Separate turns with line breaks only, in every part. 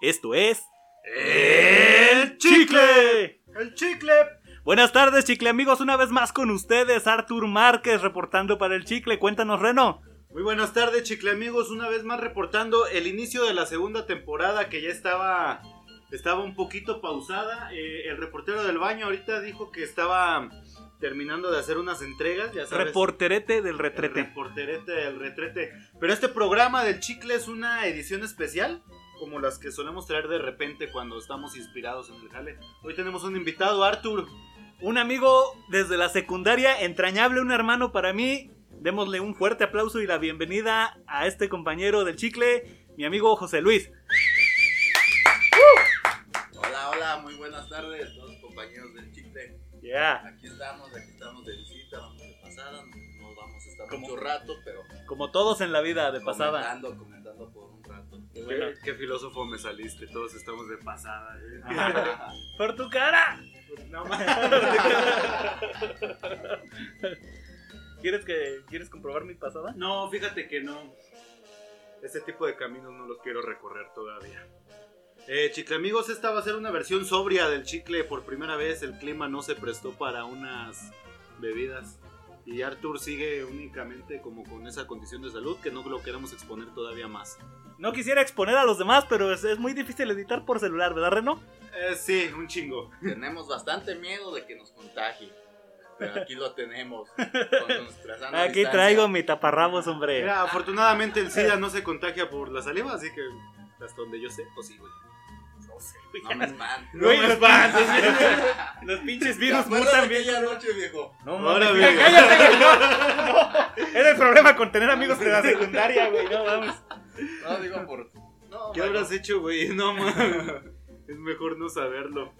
Esto es.
¡El chicle! ¡El chicle!
Buenas tardes, chicle amigos. Una vez más con ustedes, Artur Márquez reportando para el chicle. Cuéntanos, Reno.
Muy buenas tardes, chicle amigos. Una vez más reportando el inicio de la segunda temporada que ya estaba. Estaba un poquito pausada. Eh, el reportero del baño ahorita dijo que estaba terminando de hacer unas entregas, ya sabes.
Reporterete del retrete.
El reporterete del retrete. Pero este programa del chicle es una edición especial, como las que solemos traer de repente cuando estamos inspirados en el jale. Hoy tenemos un invitado, Arthur.
Un amigo desde la secundaria, entrañable, un hermano para mí. Démosle un fuerte aplauso y la bienvenida a este compañero del chicle, mi amigo José Luis.
Hola, hola, muy buenas tardes a todos los compañeros del chicle.
Yeah.
Aquí estamos, aquí estamos de visita, vamos de pasada, no vamos a estar
¿Cómo?
mucho rato, pero
Como todos en la vida de pasada.
comentando, comentando por un rato.
Qué bueno.
Qué filósofo me saliste, todos estamos de pasada. eh.
Por tu cara.
No
¿Quieres que quieres comprobar mi pasada?
No, fíjate que no. Este tipo de caminos no los quiero recorrer todavía. Eh, chicle amigos, esta va a ser una versión sobria del chicle. Por primera vez el clima no se prestó para unas bebidas. Y Arthur sigue únicamente como con esa condición de salud que no lo queremos exponer todavía más.
No quisiera exponer a los demás, pero es, es muy difícil editar por celular, ¿verdad, Reno?
Eh, sí, un chingo.
Tenemos bastante miedo de que nos contagie, pero aquí lo tenemos. Con nuestra sana
Aquí
distancia.
traigo mi taparrabos, hombre.
Mira, afortunadamente el SIDA no se contagia por la saliva, así que hasta donde yo sé, pues sí, güey.
No me espantes.
Güey, los, los pinches
¿Te
virus
acuerdas
mutan
de
bien.
aquella noche, viejo.
No,
Ahora,
mames.
güey.
cállate, güey, no, no. Era el problema con tener amigos de la secundaria, güey. No, vamos.
No, digo por... No,
¿Qué
bueno,
habrás hecho, güey? No mames. Es mejor no saberlo.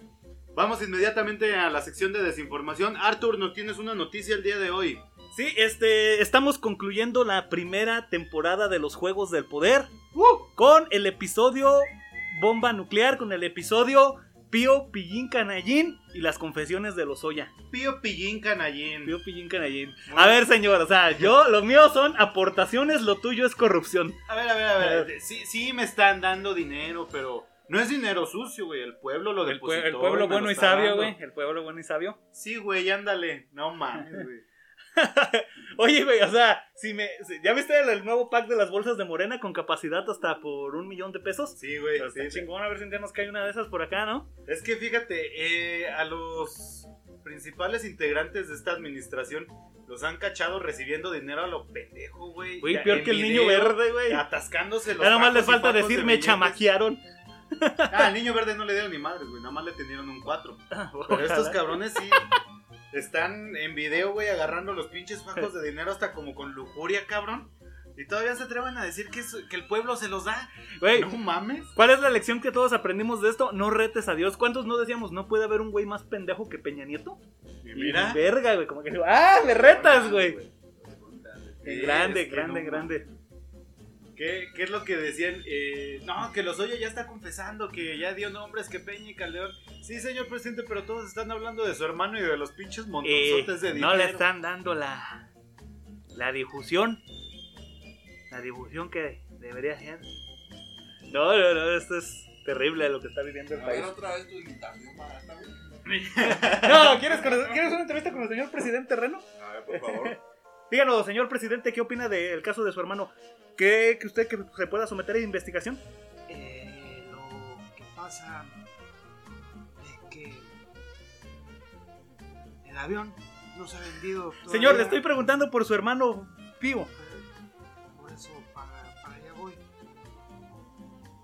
Vamos inmediatamente a la sección de desinformación. Arthur, nos tienes una noticia el día de hoy.
Sí, este, estamos concluyendo la primera temporada de los Juegos del Poder con el episodio Bomba Nuclear, con el episodio Pío Pillín Canallín y las confesiones de Lozoya.
Pío Pillín Canallín.
Pío Pillín Canallín. A ver, señor, o sea, yo, lo mío son aportaciones, lo tuyo es corrupción.
A ver, a ver, a ver. Sí, sí me están dando dinero, pero no es dinero sucio, güey. El pueblo lo
El,
depositó.
pueblo
me lo
bueno y
está
sabio,
dando.
güey. El pueblo bueno y sabio.
Sí, güey, ándale. No mames, güey.
Oye, güey, o sea, si me, si- ¿ya viste el, el nuevo pack de las bolsas de Morena con capacidad hasta por un millón de pesos?
Sí, güey.
Está
sí,
chingón, a ver si un día nos cae una de esas por acá, ¿no?
Es que fíjate, eh, a los principales integrantes de esta administración los han cachado recibiendo dinero a lo pendejo, güey.
Güey,
Ya
peor
en
que el
video,
niño verde, güey. Ya
Atascándose los.
nada más le
tacos y
falta
tacos de
decir me
billetes".
chamaquearon.
Ah, al niño verde no le dieron ni madres, güey. Nada más le tenieron un 4.
Ah,
Pero estos cabrones sí. Están en video, güey, agarrando los pinches fajos de dinero hasta como con lujuria, cabrón. Y todavía se atreven a decir que, es- que el pueblo se los da.
Güey,
No mames.
¿cuál es la lección que todos aprendimos de esto? No retes a Dios. ¿Cuántos no decíamos, no puede haber un güey más pendejo que Peña Nieto?
Y
Y
Mira.
Verga, güey, como que digo, ah, me retas, güey.
Sí,
grande,
es que
grande,
no
grande.
¿Qué, qué es lo que decían? Eh, no, que Lozoya ya está confesando, que ya dio nombres, que Peña y Calderón. Sí, señor presidente, pero todos están hablando de su hermano y de los pinches
Eh,
montonzotes de dinero.
no le están dando la la difusión la difusión que debería ser no no no esto es terrible lo que está viviendo el
A ver
país
otra vez tu invitación barata, güey.
no quieres conocer- quieres una entrevista con el señor presidente Reno
A ver, por favor.
díganos señor presidente qué opina del caso de su hermano ¿Cree que usted que se pueda someter a investigación
Eh, lo que pasa es que el avión no se ha vendido. todavía.
señor le estoy preguntando por su hermano Pío
Por eso para, para allá voy.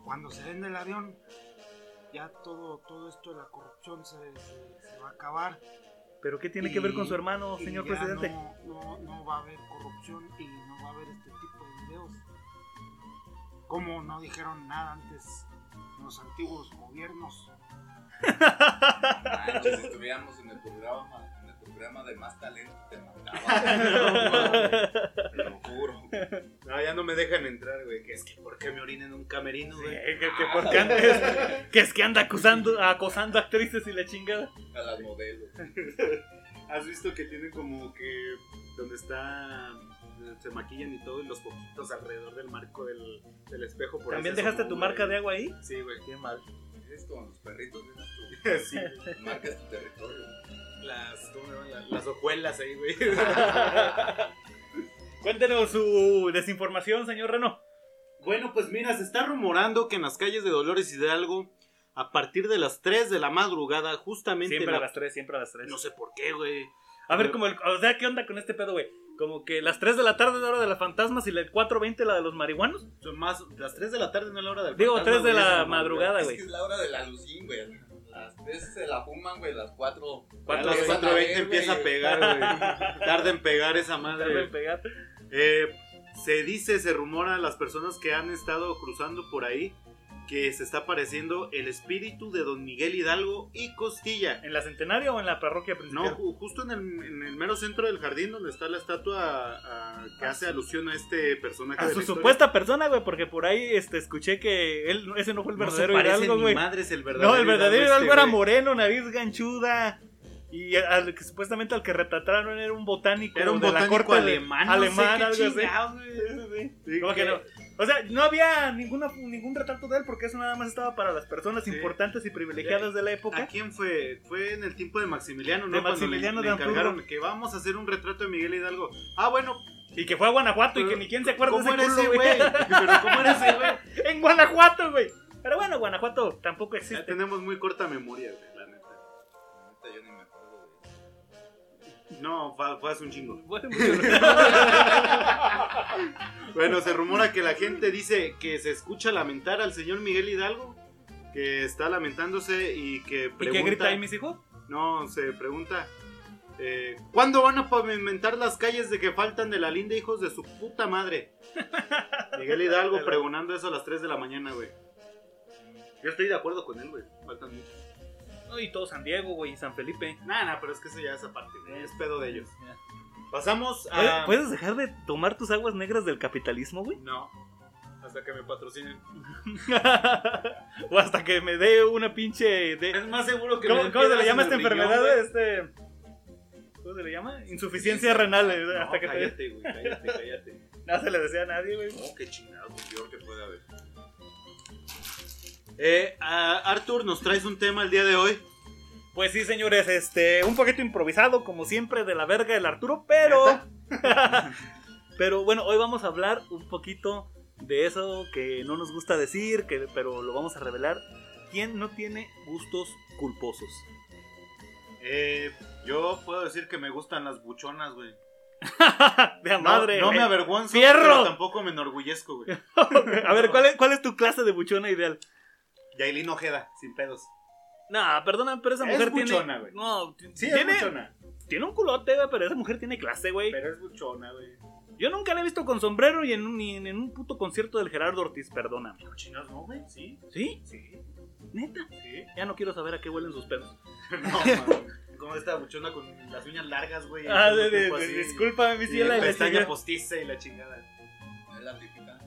Cuando se vende el avión, ya todo, todo esto de la corrupción se, se- se va a acabar.
pero qué tiene que ver con su hermano
y
señor
ya
presidente
No, no, no va a haber corrupción y no va a haber este tipo de videos. Como no dijeron nada antes los antiguos gobiernos.
Manches, si Ah, estuviéramos en el programa, en el programa de más talento, te mataba.
Eh,
Te lo juro.
No, ya no me dejan entrar, güey. Que es que, ¿por qué me orina en un camerino, güey?
Eh, que, que por qué antes- que es que anda acusando acosando actrices y la chingada
A las modelos.
¿Has visto que tienen como que donde está eh, se maquillan y todo, y los poquitos alrededor del marco del, del espejo. Por
¿También
ese
dejaste
zoom,
tu
güey.
marca de agua ahí?
Sí, güey.
Qué mal. Es como los perritos, ¿no? Sí, marcas tu territorio.
Las, ¿cómo se llaman? Las, las hojuelas ahí, güey.
Cuéntenos su desinformación, señor Reno.
Bueno, pues mira, se está rumorando que en las calles de Dolores Hidalgo, a partir de las 3 de la madrugada, justamente...
Siempre
la-
a las 3, siempre a las 3.
No sé por qué, güey.
A ver, como el, o sea, ¿qué onda con este pedo, güey? Como que las 3 de la tarde es la hora de las fantasmas y la 4.20 la de los marihuanos.
Son más, las 3 de la tarde no es la hora del
Digo,
fantasma,
3 de
güey, es
la
en
madrugada,
Es que
Ah, güey.
es la hora de la lucín, güey. Las tres se la fuman, güey, las cuatro.
A
Cuatro
las
veces.
empiezan
4.20
a ver,
empieza a
güey.
pegar, güey. Tarda en pegar esa madre.
Déjame pegar.
Eh, se dice, se rumora las personas que han estado cruzando por ahí que se está apareciendo el espíritu de Don Miguel Hidalgo y Costilla.
¿En la centenario o en la parroquia
No,
principal?
ju- justo en el, en el mero centro del jardín donde está la estatua ah, que hace alusión a este personaje.
A
de
su
la historia.
supuesta persona, güey, porque por ahí este, escuché que él, ese no fue el
No se
verdadero
parece
Hidalgo,
ni
güey.
madre es el verdadero
No, el verdadero
este,
Hidalgo era
güey.
moreno, nariz ganchuda. Y al que supuestamente al que retrataron era un botánico.
Era un
de la
botánico
corte de-
alemán, no sé
alemán,
qué
algo así.
chingados, Sí,
¿Cómo que no? O sea, no había ninguna, ningún retrato de él porque eso nada más estaba para las personas
Sí.
importantes y privilegiadas de la
¿A
época.
quién fue? Fue en el tiempo de Maximiliano, ¿no?
De
Cuando le-
Maximiliano
le,
de Habsburgo.
encargaron que vamos a hacer un retrato de Miguel Hidalgo. Ah, bueno.
Y que fue a Guanajuato y que
pero
ni quién se acuerda de
¿Cómo
ese
era
culo,
ese
güey.
güey? Pero ¿cómo era ese güey?
en Guanajuato, güey. Pero bueno, Guanajuato tampoco
Ya
existe.
tenemos muy corta memoria, güey, la neta.
Ahorita yo ni me acuerdo, güey.
No, fue, fue hace un chingo.
Bueno, mucho-
Bueno, se rumora que la gente dice que se escucha lamentar al señor Miguel Hidalgo, que está lamentándose y que
¿Y qué grita
pregunta...
ahí mis hijos?
no, se pregunta... eh, ¿Cuándo van a pavimentar las calles de que faltan de la linda hijos de su puta madre? Miguel Hidalgo pregonando eso a las 3 de la mañana, güey. Yo estoy de acuerdo con él, güey. Faltan mucho.
No, y todo San Diego, güey, y San Felipe.
Nah, nah, pero es que eso ya es aparte, güey. Es pedo de ellos.
Ya.
Pasamos
¿Puedes-
a...
¿Puedes dejar de tomar tus aguas negras del capitalismo, güey?
No. Hasta que me patrocinen.
o hasta que me dé una pinche... de-
Es más seguro que me
¿Cómo,
den
cómo se
piedras
le llama
en
esta
el riñón,
enfermedad?
güey.
este... ¿Cómo se le llama? Insuficiencia renal. eh,
No,
hasta que te...
cállate, güey, cállate, cállate.
No se le decía a nadie, güey.
No, qué chingado, peor que puede haber. Eh, ah, Arthur, nos traes un tema el día de hoy.
Pues sí, señores, este, un poquito improvisado, como siempre, de la verga del Arturo, pero. pero bueno, hoy vamos a hablar un poquito de eso que no nos gusta decir, que, pero lo vamos a revelar. ¿Quién no tiene gustos culposos?
Eh, yo puedo decir que me gustan las buchonas, güey.
de la
No,
madre.
No
güey.
me avergüenzo,
¡Fierro!
pero tampoco me enorgullezco, güey.
a ver, ¿cuál es, ¿cuál es tu clase de buchona ideal?
Yailin Ojeda, sin pedos.
Nah, perdona, pero esa
Es
mujer
buchona,
tiene.
güey.
No, t-
Sí,
tiene,
es buchona.
tiene un culote, güey, pero esa mujer tiene clase, güey.
Pero es buchona, güey.
Yo nunca la he visto con sombrero y en un, ni en un puto concierto del Gerardo Ortiz, perdona.
No, chinos no, güey, sí.
¿Sí?
Sí,
¿Neta?
sí.
Ya no quiero saber a qué huelen sus pedos.
No, mames. Como esta buchona con las uñas largas, güey.
Ah,
con
de,
un
de-
tipo
de-
así.
discúlpame, mi
Sí,
ciela, la
pestaña
chica-
postiza y la chingada.
No es la típica.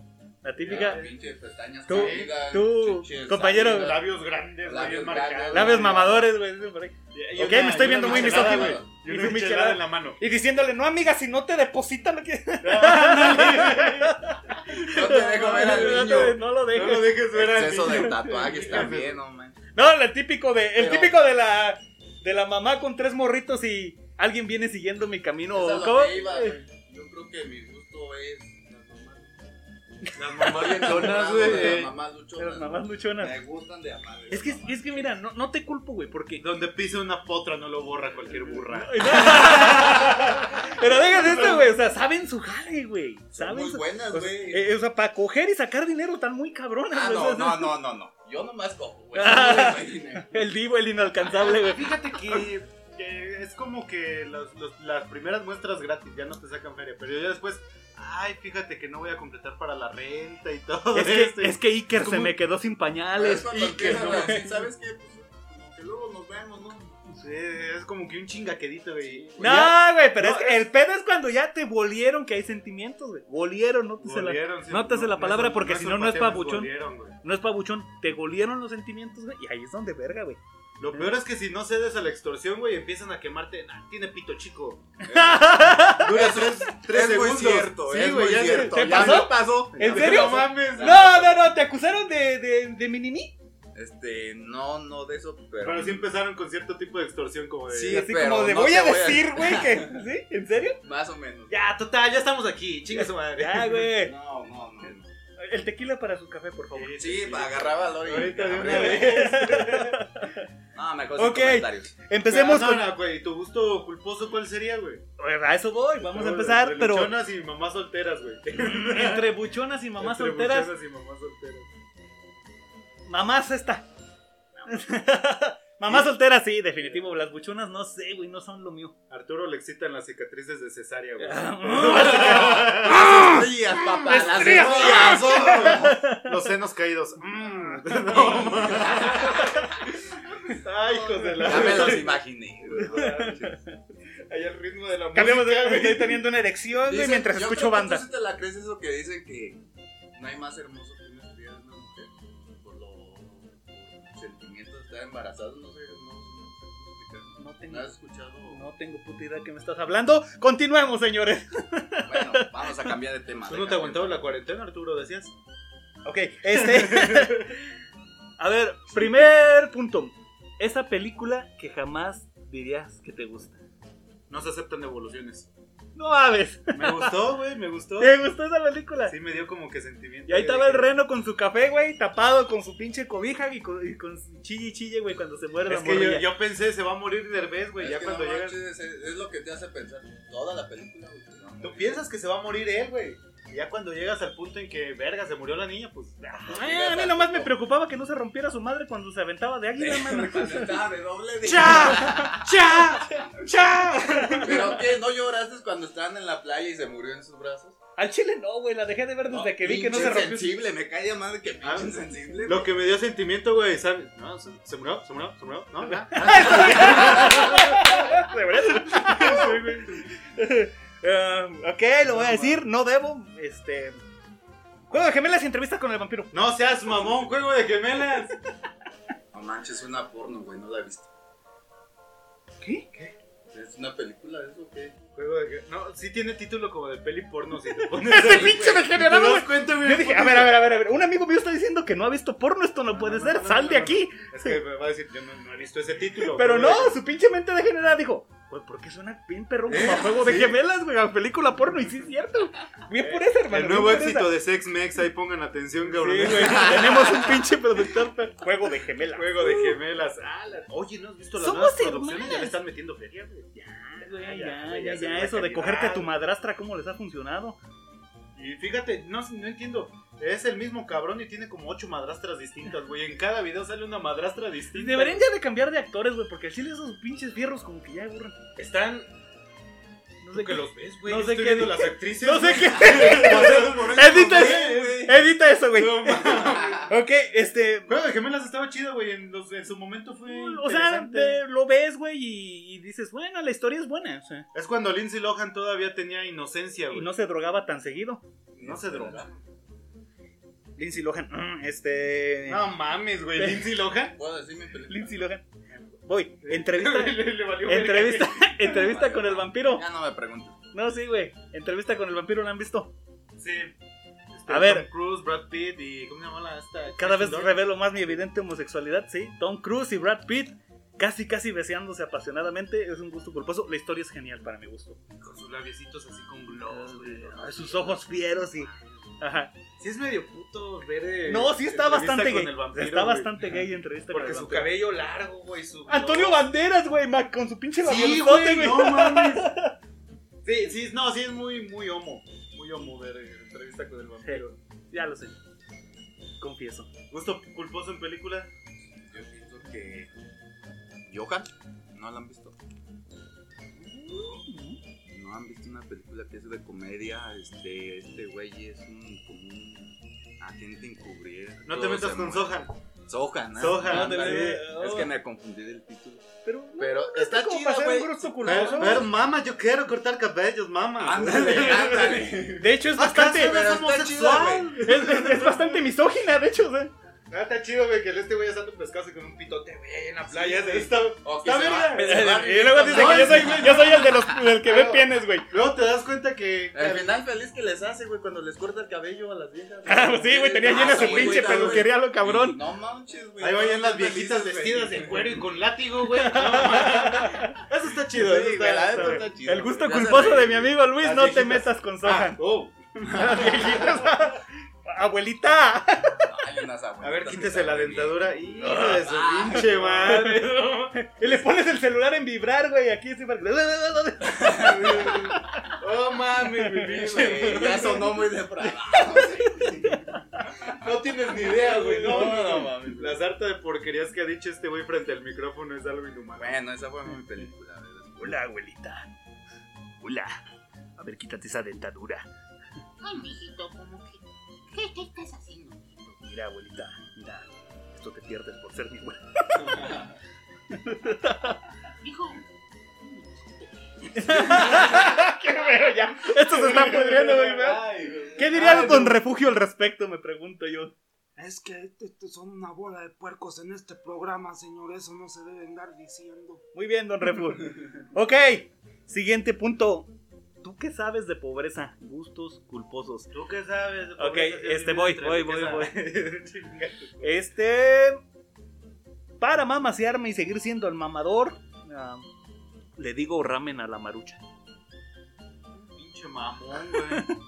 La típica.
Ya, pinche pestañas
Tú,
caídas,
tú,
chiches
compañero.
salidas.
Labios grandes,
Labios
labios
grandes.
marcados.
Labios mamadores, güey. dicen por ahí.
Y
Ok,
una-
me estoy
y
viendo
una
muy
michelada,
misógino.
güey. Y
Y
una
su
michelada
michelada.
en la mano.
Y diciéndole, no, amiga, si no te deposita lo que.
No te dejo ver al niño.
No te- no lo
No lo
dejes.
dejes ver al
Exceso
niño.
de tatuajes también, no man.
No, el típico de. El
Pero-
típico de la. De la mamá con tres morritos y alguien viene siguiendo mi camino.
Esa es la
¿Cómo?
que iba, güey. Yo creo que mi gusto es las mamás.
Las mamás
Las
lentonas,
güey.
güey.
Las mamás
De Eh, las
luchonas.
mamás luchonas.
Me gustan de amar.
Es que, es que mira, no, no te culpo, güey, porque.
Donde pisa una potra no lo borra cualquier burra.
Pero déjate esto, güey. O sea, saben su jale, güey.
Son
Saben
muy
su
buenas,
O sea,
güey.
eh, o sea, para coger y sacar dinero tan muy cabronas.
ah,
güey. O
no,
sea,
no, no, no, no. Yo nomás cojo, güey.
Ah.
Yo no soy dinero.
El divo, el inalcanzable, güey.
Fíjate que, que es como que los- los- las primeras muestras gratis ya no te sacan feria, pero ya después, ay, fíjate que no voy a completar para la renta y todo
Es que,
esto.
es que Iker
este. Es
se
como-
me quedó sin
Pero es
pañales.
cuando
y que
empiezan
no.
a decir, ¿sabes qué? Pues como que luego nos vemos, ¿no?
Sí, es como que un chingaquedito, güey. Ya
No, güey, pero
No,
es que el pedo es cuando ya te volieron que hay sentimientos, güey. Volieron, no te se la.
volvieron, sí,
nótese la palabra
es-
porque si no, no es
olfateamos,
pabuchón.
volvieron, güey.
No es pabuchón, te golieron los sentimientos, güey. Y ahí es donde verga, güey.
Lo peor es que si no cedes a la extorsión, güey, empiezan a quemarte. Nah, tiene pito chico. Dura tres, tres
es muy
segundos.
cierto,
Sí,
es
güey,
muy
ya
cierto.
¿Te
Ya
pasó?
me pasó.
¿En serio?
No mames.
No, no, no, te acusaron de, de, de minimi.
Este, no, no de eso, pero.
Pero sí empezaron con cierto tipo de extorsión, como de.
Sí,
Así
pero
como de
no
voy a
te voy a-
decir, güey, que. ¿Sí? ¿En serio?
Más o menos.
Ya, total, ya estamos aquí. Chinga su madre.
Ya, güey.
No, no, no.
El tequila para su café, por favor.
Sí, agarraba valor y.
Ahorita de una
agarré.
vez.
No, mejor sin
Ok.
comentarios.
Empecemos
No,
con.
no, güey. ¿Tu gusto culposo cuál sería, güey?
A eso voy, vamos a empezar, pero.
Luchonas y mamás solteras, güey.
Entre buchonas y mamás
Entre
solteras,
buchonas y mamás solteras.
mamás esta. mamás solteras, sí, definitivo. Las buchonas no sé, güey, no son lo mío.
Arturo le excitan las cicatrices de cesárea, güey.
Ah,
Mm.
Las estrías, papá, las
Estrías.
estrías.
Los senos caídos. Mm. Ay, hijos de la.
Ya me los imaginé.
Ahí el ritmo de la música.
Cambiamos de güey, estoy teniendo una erección, güey,
Dicen-
mientras
yo
escucho
creo que
banda.
Tú sí te la crees eso que dicen que no hay más hermoso que una estría de una mujer por lo por el sentimiento de estar embarazado, no sé, no, no sé
No
cómo explicarlo. ¿No
tengo,
has escuchado?
no tengo puta idea de qué me estás hablando. Continuemos, señores.
Bueno, vamos a cambiar de tema.
¿Tú no te
déjame.
aguantabas la cuarentena, Arturo? Decías.
Ok, este. a ver, primer punto. Esa película que jamás dirías que te gusta.
No se aceptan evoluciones.
No mames,
Me gustó, güey, me gustó.
¿te gustó esa película?
Sí, me dio como que sentimiento.
Y ahí
de
estaba el
que-
reno con su café, güey, tapado con su pinche cobija y con, y con su chille y chille, güey, cuando se muere
Es
la
que yo,
morrilla.
yo pensé, se va a morir Derbez, güey.
Es
Ya
que
cuando
no
llega.
manches, es, es lo que te hace pensar toda la película. güey, que no,
Tú
no.
piensas que se va a morir él, güey. Y ya cuando llegas al punto en que, verga, se murió la niña, pues. ah,
Eh, a mí nomás me preocupaba que no se rompiera su madre cuando se aventaba de águila, mano.
Cuando estaba de doble de-
¡Cha! ¡Cha! ¡Cha!
¿Pero qué? ¿No lloraste cuando estaban en la playa y se murió en sus brazos?
Al chile no, güey, la dejé de ver desde que vi que no se
pinche
rompió.
sensible, me cae más que
Ah,
pinche sensible.
Lo que me dio sentimiento, güey, ¿sabes? No, se, se murió, se murió, se murió. No, ya.
¿De verdad? Sí, güey. Ah, ok, lo voy a decir, no debo. Este. Juego de gemelas y entrevistas con el vampiro.
No seas mamón, juego de gemelas.
No manches, una porno, güey, no la he visto.
¿Qué?
¿Es una película de eso o qué?
Juego de ge- No, sí tiene título como de peli porno. Si te pones
Ese
ahí,
pinche
güey.
degenerado,
¿Te
güey.
das cuenta, güey?
Yo dije, a ver, a ver, a ver, a ver. Un amigo mío está diciendo que no ha visto porno, esto no
No,
puede
no,
ser,
no, no,
sal
no,
de
no.
aquí.
Es que me va a decir, yo no, no he visto ese título.
Pero
juego
no,
de-
su pinche mente degenerada dijo, güey, ¿por qué suena bien perro como
Eh,
a juego de gemelas, güey? A película porno, y sí es cierto. Bien por esa, hermano.
Eh, El nuevo
bien por
éxito de Sex Mex, ahí pongan atención,
esa.
cabrón.
Sí, güey, tenemos un pinche productor para juego de gemelas.
Juego de gemelas. Ah, la- Oye, ¿no has visto las
Somos
nuevas producciones? Ya
hermanas.
le están metiendo feria, güey.
Güey,
Ya,
ya,
güey,
ya,
ya se ve
ya,
la
eso de
calidad.
cogerte a tu madrastra, ¿cómo les ha funcionado?
Y fíjate, no, no entiendo. Es el mismo cabrón y tiene como ocho madrastras distintas, güey. En cada video sale una madrastra
Y
distinta.
deberían ya de cambiar de actores, güey, porque al chile esos pinches fierros como que ya aburren.
Están.
No
No
sé qué.
sé que los ves, güey.
no sé
No sé estoy
qué
viendo
di-
las actrices.
No sé
güey.
qué.
Pasamos por ahí,
Edita
güey.
eso, edita eso, güey.
No mames.
Ok, este,
eh, Juego de gemelas estaba chido, güey. En, los- en su momento fue.
O sea,
interesante.
te- lo ves, güey, y, y dices, bueno, la historia es buena. o sea,
Es cuando Lindsay Lohan todavía tenía inocencia,
y
güey.
no se drogaba tan seguido.
No se droga.
Lindsay Lohan, mm, este.
No mames, güey. Lindsay Lohan.
¿Puedo decir mi película?
Lindsay Lohan. Voy, entrevista.
le, le valió verga.
entrevista entrevista con el vampiro.
Ya no me preguntes.
No, sí, güey. Entrevista con el vampiro, ¿la han visto?
Sí. Este,
A ver.
Tom Cruise, Brad Pitt y. ¿Cómo se llama la esta?
Cada vez
Kirsten Dunst.
revelo más mi evidente homosexualidad, sí. Tom Cruise y Brad Pitt. Casi, casi beseándose apasionadamente. Es un gusto culposo. La historia es genial para mi gusto.
Con sus labiecitos así con
Ah,
globos, güey.
Ay, Sus ojos fieros y. Ajá.
Sí es medio puto ver. eh,
No, sí está
entrevista
bastante
con
gay.
el vampiro,
Está
güey.
bastante gay entrevista con
Porque
el
su
vampiro.
cabello largo, güey. Su
Antonio Banderas, güey, ma- con su pinche
Sí,
labiosote,
güey,
güey.
no mames. Sí, sí, no, sí es muy, muy homo. Muy homo ver eh, entrevista con el vampiro.
Ya lo sé. Confieso.
Gusto culposo en película.
Yo pienso que. ¿Johan? ¿No la han visto? ¿No han visto una película que es de comedia? Este este güey es un, como un agente encubierto.
No te metas
se
con
muere.
Sohan.
Sohan, ¿eh?
Sohan,
Ándale.
ándale.
Es que me confundí del título.
Pero, no,
Pero
no
está
oh. como
chida,
para ser
güey.
un gusto
Pero,
culposo.
pero, mamá, yo quiero cortar cabellos, mamá.
Ándale, ándale.
De hecho, es
Acá
bastante.
se ve
pero está
homosexual.
chida,
Es, es- es bastante misógina, de hecho. o sea.
Ah, está chido, güey, que el este güey ya está tu pescado con un pitote, güey, ahí en la playa.
Sí,
se-
güey.
está,
O que
está
se va-
verga.
se va
Y luego dice que yo soy, yo soy el, de los, el que ve pienes, güey.
Luego te das cuenta que.
El final feliz que les hace, güey, cuando les corta el cabello a las viejas.
Ah, pues sí, güey, tenía
Ah,
llena
sí,
su pinche
güey,
peluquería, lo
güey.
cabrón.
No manches, güey.
Ahí vayan las
Todas
viejitas
felices,
vestidas
güey.
de cuero y con látigo, güey. No, eso está chido, eso
Sí,
está,
güey, la
está
neta
bien.
está chido,
El gusto
güey. Ya se
culposo
reí,
de mi
güey.
amigo Luis,
Las
no te
viejitas.
metas con
Ah,
soja.
oh.
Abuelita.
Hay unas abuelitas
A ver,
que
quítese
están
la
bien.
dentadura. Hijo de su
Ah.
pinche madre.
Y le pones el celular en vibrar, güey, aquí así para que-
Oh, mami, mi
Sí,
pinche.
Ah, güey, Ya sonó muy depravado, güey.
No tienes ni idea, güey. No, no, no.
mames.
La sarta de porquerías que ha dicho este güey frente al micrófono es algo inhumano.
Bueno, esa fue mi película, ¿verdad?
Hola, abuelita. Hola. A ver, quítate esa dentadura.
Ay, mijito, como que. ¿Qué, qué estás haciendo?
Mira, abuelita, mira. Esto te pierdes por ser mi abuela.
Hijo.
Pero ya, esto se está pudriendo, güey. ¿verdad? ¿Qué diría don Refugio al respecto? Me pregunto yo.
Es que este- este son una bola de puercos en este programa, señor. Eso no se debe andar diciendo.
Muy bien, don Refugio. Ok, siguiente punto. ¿Tú qué sabes de pobreza? Gustos culposos.
¿Tú qué sabes?
Ok, este, voy, voy, voy, voy.
Chinga tu madre.
Este. Para mamasearme y seguir siendo el mamador, ah, le digo ramen a la marucha.
Pinche mamón, güey.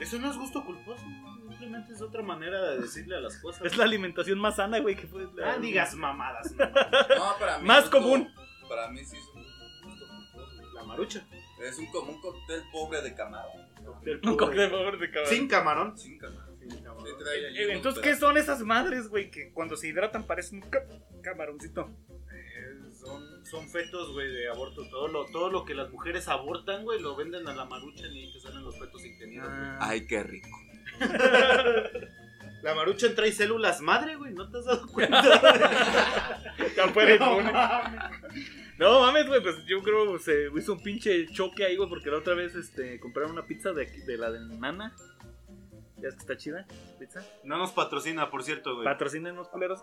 Eso no es gusto culposo, ¿no? simplemente es otra manera de decirle a las cosas.
Es la alimentación más sana, güey, que puedes.
Ah, digas mamadas, no.
No, para mí.
Más
justo-
común.
Para mí sí es un gusto culposo, güey.
La marucha.
Es un común cóctel pobre de camarón.
Del
Un
pobre.
cóctel, por favor, de cabrón.
Sin camarón.
Sin camarón.
Sin camarón.
Sí trae ahí
Eh,
unos
Entonces, ¿qué son esas madres, güey? Que cuando se hidratan parecen un ca- camaroncito.
Eh, Son, son fetos, güey, de aborto. Todo lo, todo lo que las mujeres abortan, güey, lo venden a la marucha y que salen los fetos
Ah.
ingenieros.
Ay, qué rico.
La marucha trae células madre, güey, ¿no te has dado cuenta?
Ya puedes,
No
güey. No mames, güey, pues yo creo que se hizo un pinche choque ahí, güey, porque la otra vez este, compraron una pizza de, aquí- de la de mi nana. Ya es que está chida, pizza.
no nos patrocina, por cierto, güey.
Patrocinen los culeros.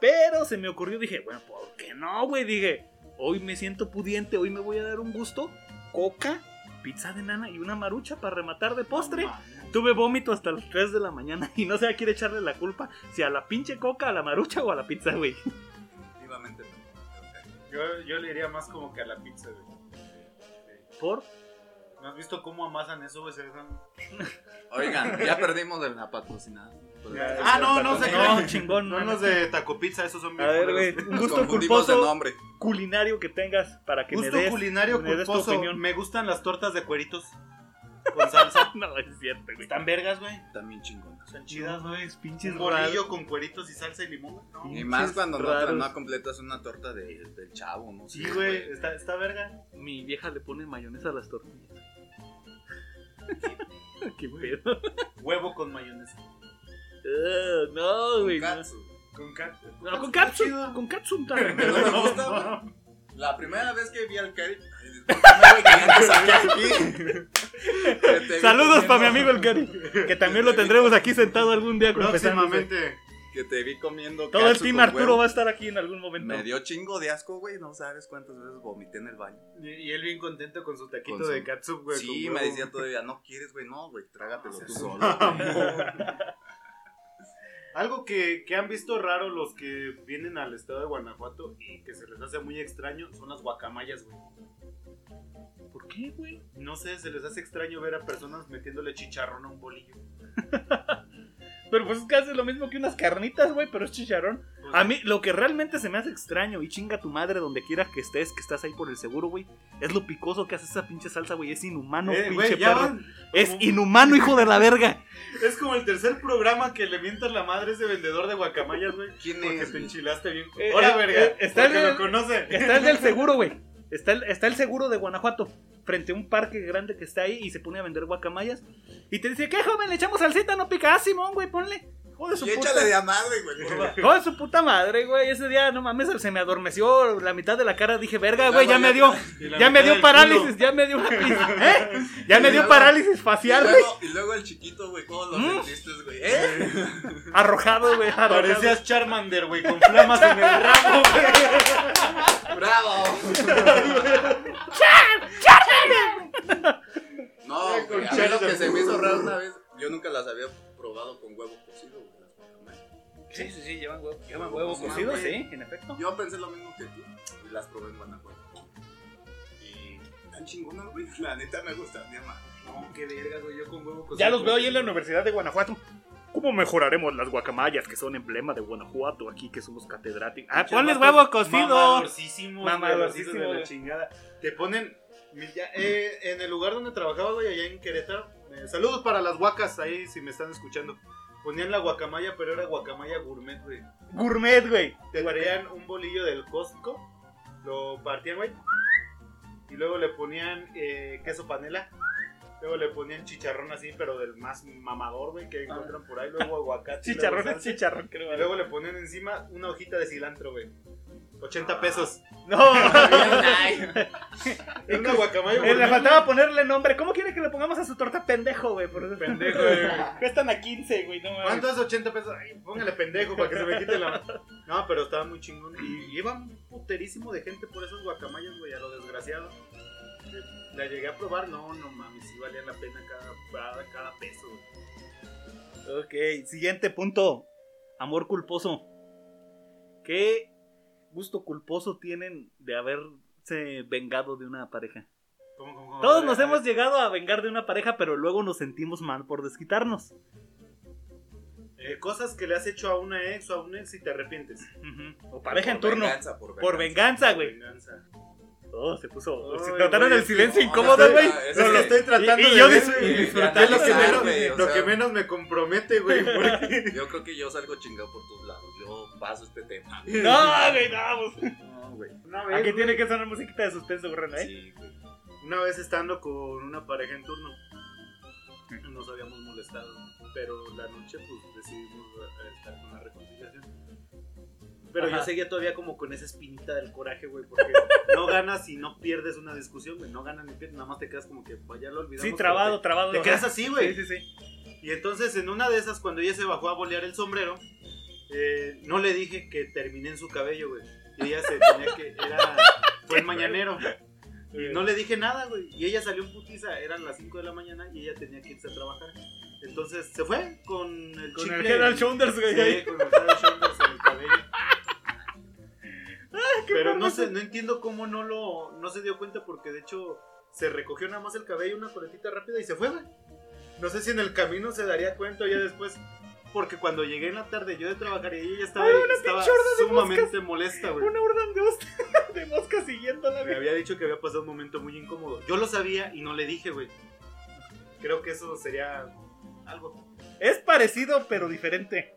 Pero se me ocurrió, dije, bueno, ¿por qué no, güey? Dije, hoy me siento pudiente, hoy me voy a dar un gusto. Coca, pizza de nana y una marucha para rematar de postre. Tuve vómito hasta las 3 de la mañana y no sé a quién echarle la culpa, si a la pinche coca, a la marucha o a la pizza, güey.
Efectivamente. pero-
Yo, yo le iría más como que a la pizza, güey.
Por
¿No has visto cómo amasan eso, güey? Se dejan-
Oigan, ya perdimos el la patrocinada.
Ya,
Ah, no, no se crean.
No, chingón,
No
no,
los de taco pizza, esos son
A
bien
ver, güey,
culeros.
un
Nos
gusto
confundimos de
culposo
nombre.
culinario que tengas para que
Gusto
me des.
culinario
me des tu
culposo.
opinión.
Me gustan las tortas de cueritos con salsa.
No, es cierto, güey.
Están vergas, güey.
También chingona.
Son chidas, güey.
es pinches
Un
raros.
bolillo con cueritos y salsa y limón. güey, ¿no?
Y más cuando no,
raros.
no completas una torta de, del chavo, ¿no?
Sí, güey, está, está verga.
Mi vieja le pone mayonesa a las tortillas. Qué pedo.
Huevo con mayonesa.
Eh, no, güey.
Con
No.
katsu.
Con cat.
No, con capsule, con capsule.
Que no
tal.
me gusta, güey. La primera vez que vi al Cari. Ay, discúlpame, güey, que ya te saqué aquí. Que te vi
Saludos para mi amigo
comiendo-
el Cari, que también lo tendremos aquí sentado algún día confesándose.
Próximamente.
Que te vi comiendo.
Todo el
katsu
team
con
Arturo
huevo.
va a estar aquí en algún momento.
Me dio chingo de asco, güey. No sabes cuántas veces vomité en el baño.
Y, y él bien contento con su taquito
Con su-
de catsup, güey. con
Sí,
huevo.
me decía todavía, no quieres, güey. No, güey, trágatelo tú solo.
Algo que, que han visto raro los que vienen al estado de Guanajuato y que se les hace muy extraño son las guacamayas, güey.
¿Por qué, güey?
No sé, se les hace extraño ver a personas metiéndole chicharrón a un bolillo.
Pero pues es casi lo mismo que unas carnitas, güey, pero es chicharrón.
O sea,
A mí lo que realmente se me hace extraño y chinga tu madre donde quiera que estés, que estás ahí por el seguro, güey, es lo picoso que hace esa pinche salsa, güey. Es inhumano,
Eh,
pinche
güey, ya
perro.
van-
Es inhumano, hijo de la verga.
Es como el tercer programa que le mientas la madre a ese vendedor de guacamayas, güey.
¿Quién
Porque
es?
te
güey?
enchilaste bien.
Eh,
Ahora,
eh,
verga.
eh, está
porque
el-
lo conoce.
Está el del seguro, güey. Está el, está el seguro de Guanajuato, frente a un parque grande que está ahí y se pone a vender guacamayas. Y te dice, ¿qué joven? Le echamos salsita, no pica. Ah, Simón, güey, ponle. Hijo de su
Y
puta-
échale de a madre, güey.
Hijo de su puta madre, güey. Ese día, no mames, se me adormeció la mitad de la cara. Dije, verga, güey, ya me dio.
Y la
Ya me
mitad
dio
del
parálisis,
culo.
ya me dio una ¿eh? Ya me dio parálisis
Y
facial, güey.
luego, y luego el chiquito, güey, ¿cómo lo
Mm.
sentiste, güey? ¿Eh?
Arrojado, güey. arrojado.
Parecías Charmander, güey, con flamas en el ramo, güey.
¡Bravo! No, güey, a mí lo que se me hizo raro una vez, yo nunca las había probado con huevo cocido, güey. las guacamayas.
Sí, sí, sí, llevan huevo, llevan
huevo
huevo
cocido,
cocido, sí,
güey.
en efecto.
Yo pensé lo mismo que tú, y las probé en Guanajuato. Y tan chingonas, güey. La neta me gustan, mi mamá.
No, qué verga, güey, yo con huevo
Ya los veo ahí en la Universidad de Guanajuato. ¿Cómo mejoraremos las guacamayas que son emblema de Guanajuato aquí que somos catedráticos? Ah, ponles huevo cocido.
Mamadorcísimo.
Mamadorcísimo,
de la
güey.
chingada. Te ponen. mi- ya- eh, en el lugar donde trabajaba, güey, allá en Querétaro. eh, saludos para las guacas ahí, si me están escuchando. Ponían la guacamaya, pero era guacamaya gourmet, güey.
Gourmet, güey.
Te traían un bolillo del Costco, lo partían, güey. Y luego le ponían eh, queso panela. Luego le ponían chicharrón así, pero del más mamador, güey, que encuentran por ahí. Luego aguacate. luego
Chicharrón es
salsa.
chicharrón, creo.
Y
güey.
luego le ponían encima una hojita de cilantro, güey. 80 pesos.
No,
Es una guacamaya.
eh, le
güey.
faltaba ponerle nombre. ¿Cómo quiere que le pongamos a su torta pendejo, güey? Por-
Pendejo, eh. güey.
Cuestan a 15, güey, no mames.
¿Cuánto es 80 pesos? Ay, póngale pendejo para que se me quite la. No, pero estaba muy chingón. Y iba un puterísimo de gente por esos guacamayas, güey, a lo desgraciado. La llegué a probar, no, no mames, sí valía la pena cada, cada, cada peso, güey.
Ok, siguiente punto. Amor culposo. ¿Qué gusto culposo tienen de haberse vengado de una pareja?
¿Cómo, cómo, cómo?
Todos
A
nos
ver,
hemos llegado a vengar de una pareja, pero luego nos sentimos mal por desquitarnos.
eh, cosas que le has hecho a una ex o a un ex y te arrepientes.
O pareja en turno. por
venganza.
venganza, güey.
Venganza.
Oh, se puso.
Ay,
se notaron
güey,
el silencio
no,
incómodo,
no,
güey.
no, es
No,
que-
lo estoy tratando
y- y
de
yo
ver,
dis-
güey,
y
disfruté lo que
analizar,
menos,
güey, o
lo
sea-
que menos me compromete, güey. porque-
Yo creo que yo salgo chingado por tus lados. Yo paso este tema.
No, güey, no. pues.
No, güey.
Una vez,
Aquí
güey,
tiene que sonar musiquita de suspenso, güey, ¿eh?
Sí, güey.
Una vez estando con una pareja en turno, nos habíamos molestado, pero la noche pues decidimos eh, estar con la reconciliación. Pero
Ajá.
yo seguía todavía como con esa espinita del coraje, güey, porque no ganas y no pierdes una discusión, güey, no ganas ni pierdes, nada más te quedas como que pues, ya lo olvidamos.
Sí,
pero
trabado,
Te,
trabado.
te
¿no?
quedas así, güey.
Sí, sí, sí.
Y entonces en una de esas, cuando ella se bajó a bolear el sombrero, eh, no le dije que terminé en su cabello, güey. Y ella se tenía que, era, fue el mañanero. Y no le dije nada, güey. Y ella salió en putiza, eran las 5 de la mañana y ella tenía que irse a trabajar. Entonces se fue con el
Con el
chicle
Head and
en-
Shoulders, güey. ahí.
Sí, con el Head and Shoulders en el cabello. Pero no sé, no entiendo cómo no lo, no se dio cuenta porque de hecho se recogió nada más el cabello, una coletita rápida y se fue, güey. No sé si en el camino se daría cuenta ya después. Porque cuando llegué en la tarde yo de trabajar y ella estaba,
Ay,
ahí,
una
estaba
pinche horda de
sumamente molesta, güey.
Una horda de, mosca- de moscas siguiéndola,
Me
güey.
había dicho que había pasado un momento muy incómodo. Yo lo sabía y no le dije, güey. Creo que eso sería algo.
Es parecido, pero diferente.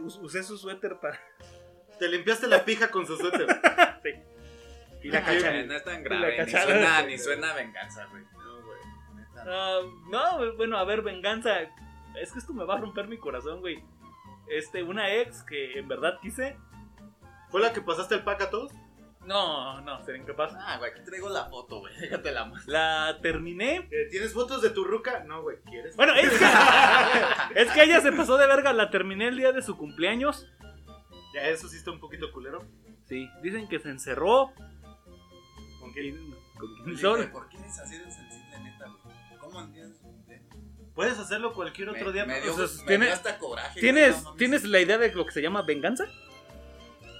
Us- usé su suéter para.
Te limpiaste la pija con su suéter.
Y la
Ah,
cachada.
güey, No es tan
La
grave. Ni
cachada.
suena, ni suena a venganza, güey.
No, güey.
Neta,
Ah, no, bueno, a ver, venganza. Es que esto me va a romper mi corazón, güey. Este, una ex que en verdad quise.
¿Fue la que pasaste el pack a todos?
No, no, seré incapaz.
Ah, güey, aquí traigo la foto, güey. Déjate la mano.
La terminé.
Eh, ¿Tienes fotos de tu ruca? No, güey. ¿Quieres?
Bueno, es que, es que ella se pasó de verga. La terminé el día de su cumpleaños.
Ya eso sí está un poquito culero.
Sí, dicen que se encerró.
¿Con
Y-
quién?
con-
Oye,
solo-
güey, ¿Por qué eres así de sensible, neta, güey? ¿Cómo entiendes?
Puedes hacerlo cualquier otro día.
me
¿no?
dio,
o sea,
me
tiene-
dio hasta coraje.
¿Tienes,
güey, no mames.
¿Tienes la idea de lo que se llama venganza?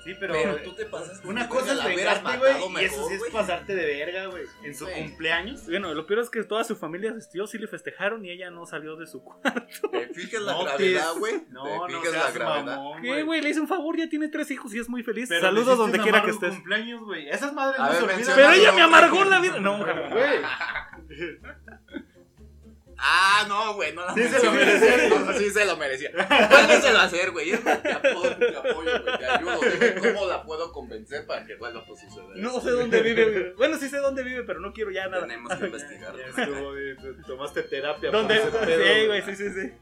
sí, pero,
Pero, tú te pasaste.
una
güey,
cosa
la
es
hubieras
vengarte,
matado
güey. Y eso
mejor,
sí es
güey.
pasarte de verga, güey. En su
Güey.
cumpleaños.
Bueno, lo peor es que toda su familia asistió, sí le festejaron y ella no salió de su cuarto.
Te fijas la
No,
gravedad,
te-
güey.
No,
te
no
fijas la
seas
gravedad.
mamón,
¿Qué, güey? Le hice un favor, ya tiene tres hijos y es muy feliz.
Pero le
Saludos
hiciste
donde
un
quiera que
amargo
estés.
cumpleaños, güey. Esas madres
A
no
ver,
se olvidan.
menciona-
Pero ella
No,
me amargó la vida. No, jamás.
Güey.
Ah, no, güey, no la
Sí se lo
menciones.
merecía.
No, sí se lo merecía. Vuélveselo a hacer, güey. Te apoyo, te apoyo, güey. Te ayudo. Dime cómo la puedo convencer para que vuelva a suceder.
No sé dónde vive. güey. Bueno, sí sé dónde vive, pero no quiero ya nada.
Tenemos que investigar.
Ya estuvo, güey. Tomaste terapia.
¿Dónde?
para ese
Sí,
pedo,
güey, sí, sí, sí.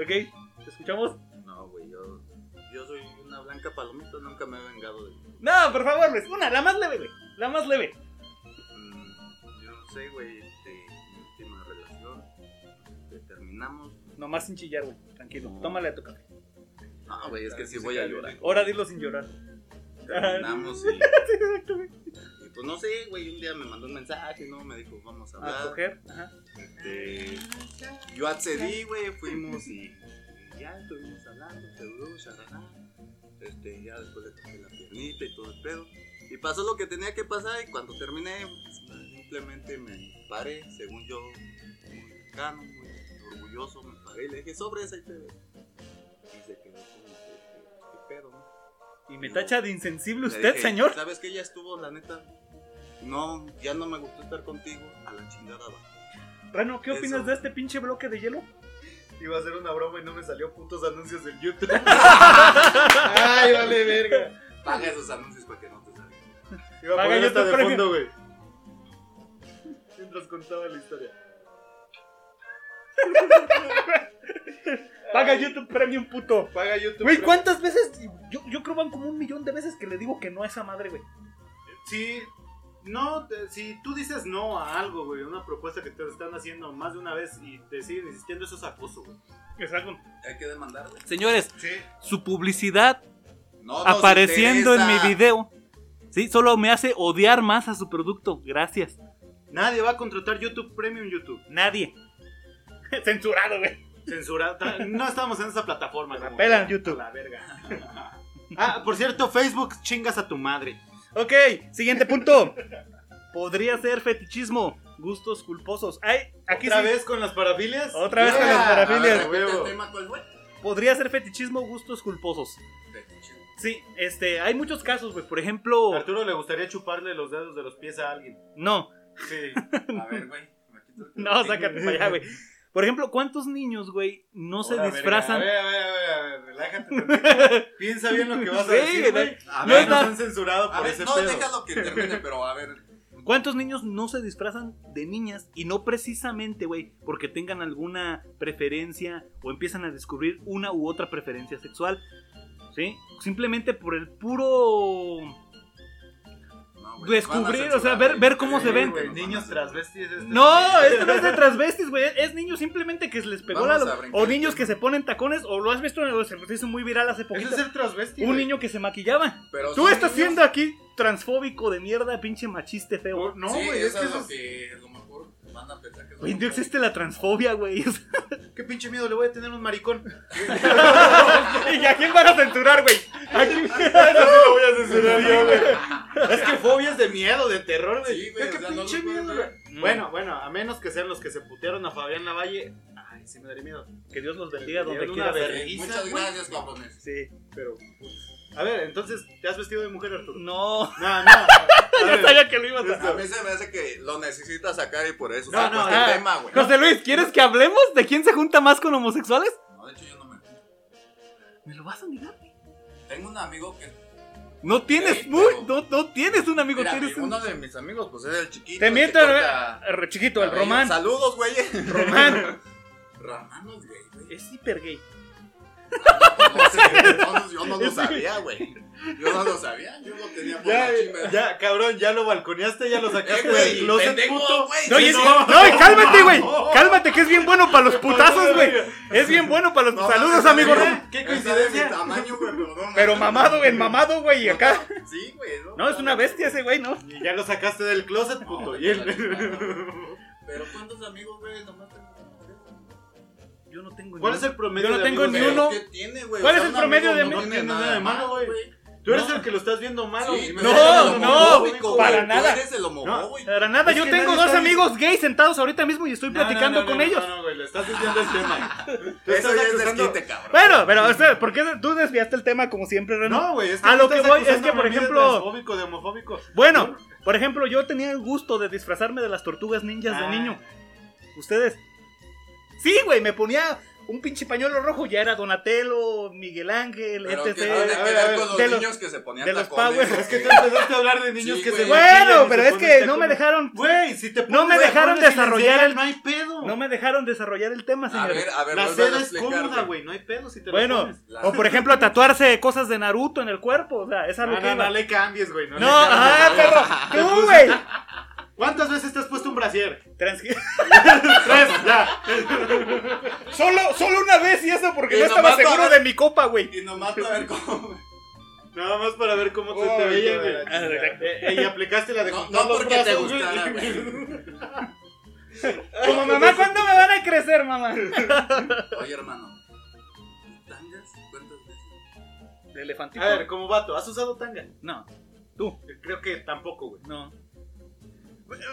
Ok. ¿Te escuchamos?
No, güey, yo, yo soy una blanca palomita, nunca me he vengado de.
No, por favor, Luis. Una, la más leve, güey. La más leve.
Mm, yo no sé, güey, este, mi última relación. este, terminamos.
Nomás sin chillar, güey. Tranquilo. Tómale a tu café.
No, güey, es que sí voy a llorar.
Ahora dilo sin llorar.
Terminamos y.
Sí, exacto, güey.
y pues no sé, güey, un día me mandó un mensaje, ¿no? Me dijo, vamos a
A
hablar.
coger. Ajá.
Este, yo accedí, güey, fuimos y, y ya estuvimos hablando, te duró, charará. Este, ya después le toqué la piernita y todo el pedo. Y pasó lo que tenía que pasar y cuando terminé, pues, simplemente me paré, según yo, muy cercano, muy orgulloso, me paré y le dije, sobre esa y te veo". Y se quedó como, que, ¿qué pedo, no?
Y me tacha de insensible
Le
usted,
dije,
señor.
Eh, ¿Sabes que Ya estuvo, la neta. No, ya no me gustó estar contigo. A la chingada va.
Rano, ¿qué opinas
Eso.
de este pinche bloque de hielo?
Iba a hacer una broma y no me salió putos anuncios del YouTube.
Ay, vale, verga.
Paga esos anuncios para que no te salgan.
Iba a
Paga
poner esta
YouTube
de
Premium.
fondo, güey. Mientras contaba la historia.
Paga YouTube Premium, puto.
Paga YouTube.
Güey,
Premium.
¿cuántas veces? Yo, yo creo van como un millón de veces que le digo que no a esa madre, güey.
Si, no, te- si tú dices no a algo, güey, una propuesta que te están haciendo más de una vez y te siguen insistiendo, eso es acoso, güey.
Exacto.
Hay que demandarle.
Señores,
Sí.
su publicidad
No nos
apareciendo en mi
interesa.
video. Sí, solo me hace odiar más a su producto. Gracias.
Nadie va a contratar YouTube Premium YouTube.
Nadie. Censurado, güey.
Censurado. Ta- No estamos en esa plataforma,
La
como
pelan
que-
YouTube.
La verga. Ah, por cierto, Facebook chingas a tu madre.
Ok, siguiente punto. Podría ser fetichismo, gustos culposos. Ay, aquí
¿Otra
sí.
vez con las parafilias?
Otra vez con las
Ah,
parafilias.
a ver, repite el
Huevo.
tema, ¿cuál fue?
Podría ser fetichismo, gustos culposos. Sí, este, hay muchos casos, güey. Por ejemplo,
A Arturo le gustaría chuparle los dedos de los pies a alguien.
no,
Sí.
A ver, güey. me quito el
no,
teléfono.
sácate para allá, güey. Por ejemplo, ¿cuántos niños, güey, no se disfrazan?
A ver, a ver, a ver, a ver, relájate. tantito. Piensa bien lo que vas a
Sí,
decir, güey.
A
No
No
es
ver,
nada-
nos han censurado
a
por
ver,
ese
no,
pedo.
déjalo que termine, pero a ver.
¿Cuántos niños no se disfrazan de niñas? Y no precisamente, güey, porque tengan alguna preferencia o empiezan a descubrir una u otra preferencia sexual. ¿Sí? Simplemente por el puro...
No, güey,
Descubrir,
van a censurar,
o sea, ver-
güey,
ver cómo
sí,
se ven.
güey,
güey, nos van
niños
a censurar.
transvestis. este-
No, esto no es de transvestis, güey. Es niños simplemente que se les pegó
Vamos
la...
a brincar.
O niños que se ponen tacones, o lo has visto, o se se hizo muy viral hace
Eso
poquito.
es ser transvesti.
Un
güey.
niño que se maquillaba.
Pero
Tú
son
estás
niños-
siendo aquí transfóbico de mierda, pinche machiste feo.
No,
sí,
güey,
eso
es que
es
eso
lo
es-
que a lo mejor van a pensar que es
Güey,
lo
no
que-
existe la transfobia, güey. O sea,
¿Qué pinche miedo le voy a tener a un maricón?
¿Y a quién van a censurar, güey? ¿A quién?
lo voy a censurar yo, güey. Es que fobias de miedo, de terror, güey.
Sí, güey,
Es
o
que
sea, no
pinche
los puedes
miedo,
ver.
Mm.
güey. Bueno, bueno, a menos que sean los que se putearon a Fabián Lavalle. Ay, sí me daría miedo.
Que Dios los bendiga donde
Una
quiera
verga.
ver.
Sí,
Isa,
Muchas
güey.
gracias, japonés.
Sí.
Pero. pues, A ver, entonces, ¿te has vestido de mujer, Arturo?
No,
No, no. a
ya
ver.
sabía que lo ibas a.
A mí se me hace que lo necesita sacar y por eso
No,
saco
no,
este
ah.
tema, güey.
José Luis, ¿quieres que hablemos de quién se junta más con homosexuales?
No, de hecho yo no me...
¿Me lo vas a negar?
Tengo un amigo que...
No tienes,
Ey,
muy-
pero-
no, no tienes un amigo,
Mira,
tienes un.
uno de mis amigos, pues es el chiquito.
Te
el que
miento, güey.
corta
Ah, Re Chiquito, el
cabello.
Román.
Saludos, güey.
Román.
Romanos, güey, güey.
Es hiper gay.
No sé, entonces yo no lo sabía, güey. Yo no lo sabía, yo lo tenía por
Ya,
la chimera.
ya, cabrón, ya lo balconeaste, ya lo sacaste
Eh, güey,
del closet,
pendejo,
puto.
güey.
No, y
Sí,
es-
no.
no, y cálmate, güey.
No.
Cálmate, que es bien bueno para los putazos, güey. Es bien bueno para los
No,
saludos,
no,
amigo.
no,
Rom-
¿Qué
Está de mi
coincidencia?
tamaño, güey, pero no,
Pero
no,
mamado, en mamado, güey, y acá.
Sí, güey. No,
No, es una bestia ese güey, ¿no?
Y ya lo sacaste del closet, puto.
No,
y él-
la chingada. Pero ¿cuántos amigos, güey? Nomás tengo
Yo no tengo
¿Cuál es el promedio
Yo no
de
tengo
amigos
Pues ni
de-
uno.
¿Qué tiene, güey?
¿Cuál
O sea,
es el
un
promedio de
amigo no
amigos?
tiene nada de malo, güey.
Tú eres el que lo estás viendo malo.
Sí, me
No,
estás haciendo
no,
homofóbico, güey.
para
Tú
nada.
eres el homofóbico.
Para nada,
Es
yo
que
tengo
nadie
dos
está
amigos gays sentados ahorita mismo y estoy
No, no,
platicando
no, no,
con
no,
ellos.
No, no, güey, le estás desviando el tema. Tú
Eso
estás
ya es
acusando-
desquite, cabrón.
Bueno, pero o sea, ¿por qué tú desviaste el tema como siempre, Renan?
No, güey, es que
A
tú
lo
estás
que voy es
acusando
que,
a
por
Ramírez de
ejemplo-
Homofóbico, de homofóbico.
Bueno, por ejemplo, yo tenía el gusto de disfrazarme de las tortugas ninjas
Ah.
de niño. ¿Ustedes? Sí, güey, me ponía un pinche pañuelo rojo ya era Donatello, Miguel Ángel,
Pero que
etc.
no van a
A ver, a
quedar
ver,
con los
de los-
niños que se ponían
de los
tacones.
Power.
o
Es
que
que-
tú empezaste a hablar de niños
Sí,
que se
güey.
maquillan y
Bueno,
se este
pero es
ponen
que no me
tacones.
dejaron
Güey, si te
No
pones
me dejaron
tacones y
desarrollar
lencería,
el-
No hay pedo.
no me dejaron desarrollar el tema,
A
señores.
ver, a ver,
la
vuelvan a
seda es
explicar,
cómoda, güey. No hay pedo si te la
Bueno,
pones.
La
o por ejemplo tatuarse cosas de Naruto en el cuerpo, o sea, esa es
No,
lo que
no,
iba.
no le cambies, güey. No,
Ah, No,
le cambies.
ajá, perro. Tú, güey.
¿Cuántas veces te has puesto un brasier?
Transqui-
Tres, ya.
Solo, solo una vez y eso porque
Y
no estaba
nomás
seguro
para-
de mi copa, güey.
Y nomás a ver cómo.
Nada más para ver cómo se
Oh,
te
hijo
veía,
de
güey.
la chingada.
Eh, eh, y aplicaste la de
No,
juntar
no
los
porque te
brazos, güey.
gustara, güey.
Como mamá, ¿cuándo me van a crecer, mamá?
Oye, hermano. ¿Tangas? ¿Cuántas veces?
El elefantito.
A ver, como vato, ¿has usado tanga?
No,
Creo que tampoco, güey.
no.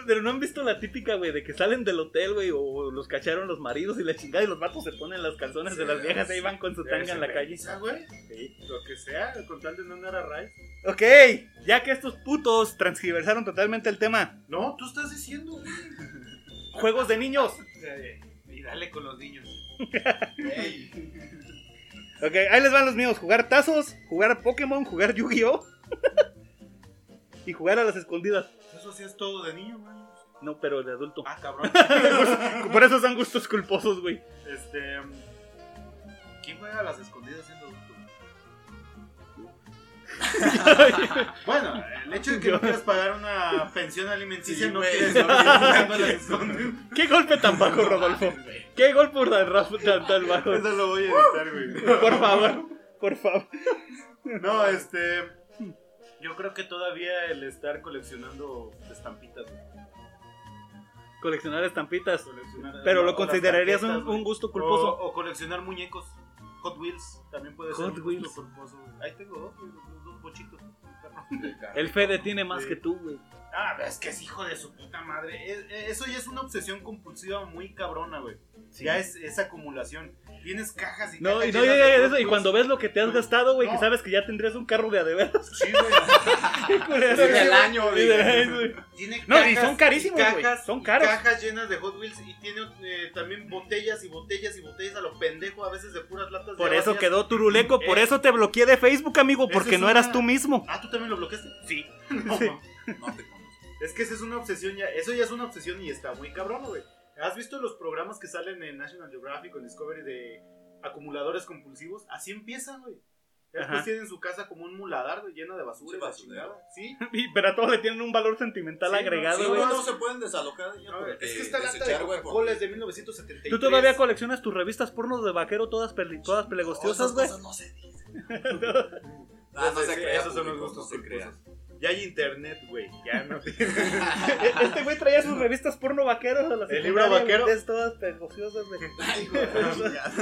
Pero no han visto la típica, güey, de que salen del hotel, güey, o los cacharon los maridos y la chingada y los vatos se ponen las calzones de las viejas y ahí van con su tanga en la calle.
Esa, güey. Lo que sea, con tal de no andar a raíz.
Ok, ya que estos putos transgiversaron totalmente el tema.
No, tú estás diciendo, güey.
Juegos de niños.
Y dale con los niños.
Ok, ahí les van los míos. Jugar tazos, jugar a Pokémon, jugar Yu-Gi-Oh! y jugar a las escondidas.
Eso sí es todo de niño, man.
No, pero de adulto.
Ah, cabrón.
Ah, Por eso son gustos culposos, güey.
este. mm, ¿Quién juega a las escondidas siendo adulto? Bueno, el hecho de que no quieras pagar una pensión alimenticia
Sí,
no
güey,
quieres
no
estar
quieres
jugando a las escondidas.
Qué golpe tan bajo, Rodolfo. Qué golpe tan, ra- tan, tan bajo.
Eso lo voy a editar, güey.
Por favor, por favor.
No, este. Yo creo que todavía el estar coleccionando estampitas, güey,
Coleccionar estampitas.
coleccionar-
Pero
o
lo
las
considerarías un,
tarjetas, güey.
un gusto
O,
culposo.
o coleccionar muñecos. Hot Wheels también puede ser
Hot
un gusto
Wheels.
culposo, güey. Ahí tengo dos, güey, los dos bochitos.
El Fede tiene más
Sí.
que tú, güey.
Ah, pero es que es hijo de su puta madre. Es- eh, eso ya es una obsesión compulsiva muy cabrona, güey. Ya es, es acumulación. Tienes cajas y
No,
cajas
y no,
llenas
ya, ya,
de
ya,
Hot
eso, y
Wheels.
cuando ves lo que te has gastado, güey, que
No.
sabes que ya tendrías un carro de adeveras.
Sí, güey.
Sí, del año, güey.
Tiene
No, y
cajas
son carísimos, güey.
cajas-
Son
y
caros.
Cajas llenas de Hot Wheels y tiene eh, también botellas y botellas y botellas a lo pendejo, a veces de puras latas de
Por eso
vacías.
quedó turuleco, por
Eh.
eso te bloqueé de Facebook, amigo,
Eso
porque
es
no eras
una-
tú mismo.
Ah, ¿tú también lo bloqueaste?
Sí.
No,
Sí.
mames.
No te conozco.
Es que esa es una obsesión ya, eso ya es una obsesión y está muy cabrón, güey. ¿Has visto los programas que salen en National Geographic o en Discovery de acumuladores compulsivos? Así empiezan, güey. Ya Después
Ajá.
tienen su casa como un muladar, güey, lleno de basura y
Sí,
la
basurero.
chingada. Sí.
Pero a todos le tienen un valor sentimental
Sí, no,
agregado,
Sí,
güey.
no, no se pueden desalojar. ya,
No, güey,
porque
es que esta lata de
desechar, güey,
Coca-Cola es
porque-
de 1973.
Tú todavía coleccionas tus revistas pornos de vaquero todas, pele- todas
No, esas
pelegostiosas, güey.
cosas No se dicen. Ah, no
Entonces,
se
sí,
crea,
esos son los
público,
gustos
no se crea.
culposos. Ya hay internet, güey. Ya no.
Este güey traía sus revistas porno vaqueros a las
El libro vaquero.
Es todas pegociosas, güey.
Ay, güey, ya.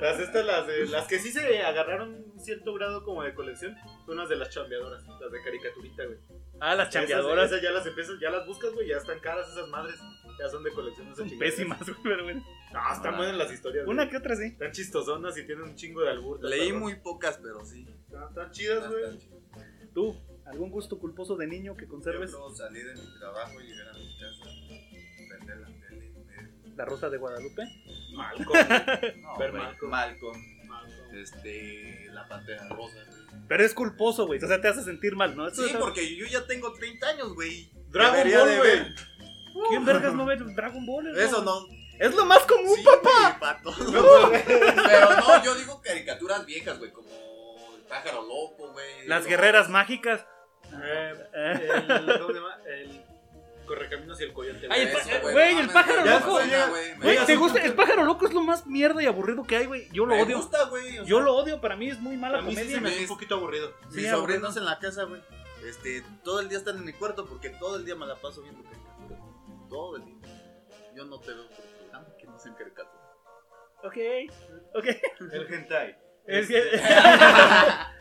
las estas, las, de- las que sí se agarraron un cierto grado como de colección, son las de las chambeadoras, las de caricaturita, güey.
Ah, las
Chambeadoras.
chambeadoras.
Esas, ya las empiezas, ya las buscas, güey, ya están caras esas madres. Ya son de colección esas
Son
chingaderas.
pésimas, güey, pero bueno.
Ah, están buenas las historias. güey.
Una que otra sí.
Están chistosonas y tienen un chingo de albur.
Leí
Están-
muy pocas, pero sí.
Están, están chidas, güey.
Tú, ¿algún gusto culposo de niño que conserves?
Yo salí de mi trabajo, llegar a mi casa, prender la tele, ver-
La Rosa de Guadalupe.
Malco, güey.
no,
Ver
güey,
Malcolm.
Malcolm,
Malco.
este, la pantera rosa, güey.
Pero es culposo, güey. O sea, te hace sentir mal, ¿no? Esto
Sí,
es-
porque yo ya tengo 30 años, güey.
Dragon
Debería
Ball,
de
güey.
ver.
¿Quién vergas no ve Dragon Ball? hermano?
Eso no.
Es lo más común,
Sí,
papá.
güey, pa' todos, güey. Pero no, yo digo caricaturas viejas, güey, como el pájaro loco, güey.
Las
No,
guerreras mágicas.
Eh,
Eh,
el, ¿Cómo se llama? El Correcaminos y el Coyote.
Ay, el
eso,
pa-
güey,
güey,
no
el
mames,
pájaro
ya
loco.
me suena, güey, me
Güey,
Oiga,
¿te
sí.
gusta? El pájaro loco es lo más mierda y aburrido que hay, güey. Yo lo
me
odio.
gusta, güey. o
Yo
sea,
lo odio, para mí es muy mala
A mí sí
comedia.
se me hace un poquito aburrido.
Sí,
Mis
aburrido.
sobrinos en la casa, güey. Este, todo el día están en mi cuarto porque todo el día me la paso viendo caricaturas. Todo el día. Yo no te veo porque ah, que no sean caricaturas.
Ok, ok.
El hentai.
Es que-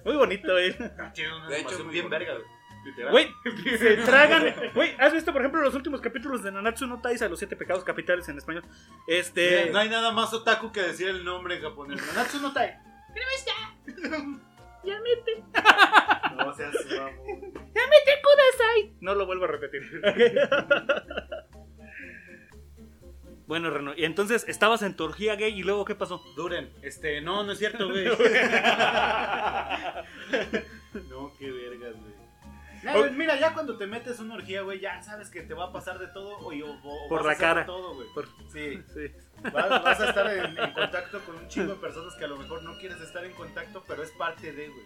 muy bonito, güey.
Ah, Tiene una
De hecho,
animación
muy
bien
bonito.
verga, güey. Literal.
Güey, se tragan. Güey, ¿has visto, por ejemplo, los últimos capítulos de Nanatsu no Taisa, los siete pecados capitales en español? Este.
Mira, No hay nada más otaku que decir el nombre en japonés. Nanatsu no tai. No seas guapo.
No lo vuelvo a repetir. Bueno, Reno, y entonces estabas en Torgía Gay y luego ¿qué pasó?
Duren, este, no, no es cierto, güey. no, qué vergas, güey. Ya,
Ok.
güey, Mira, ya cuando te metes una orgía, güey, ya sabes que te va a pasar de todo o, y- o- o
Por
vas
la
a hacer
cara.
de todo, güey.
Por-
Sí,
Sí.
vas, vas a estar en, en contacto con un chingo de personas que a lo mejor no quieres estar en contacto, pero es parte de, güey.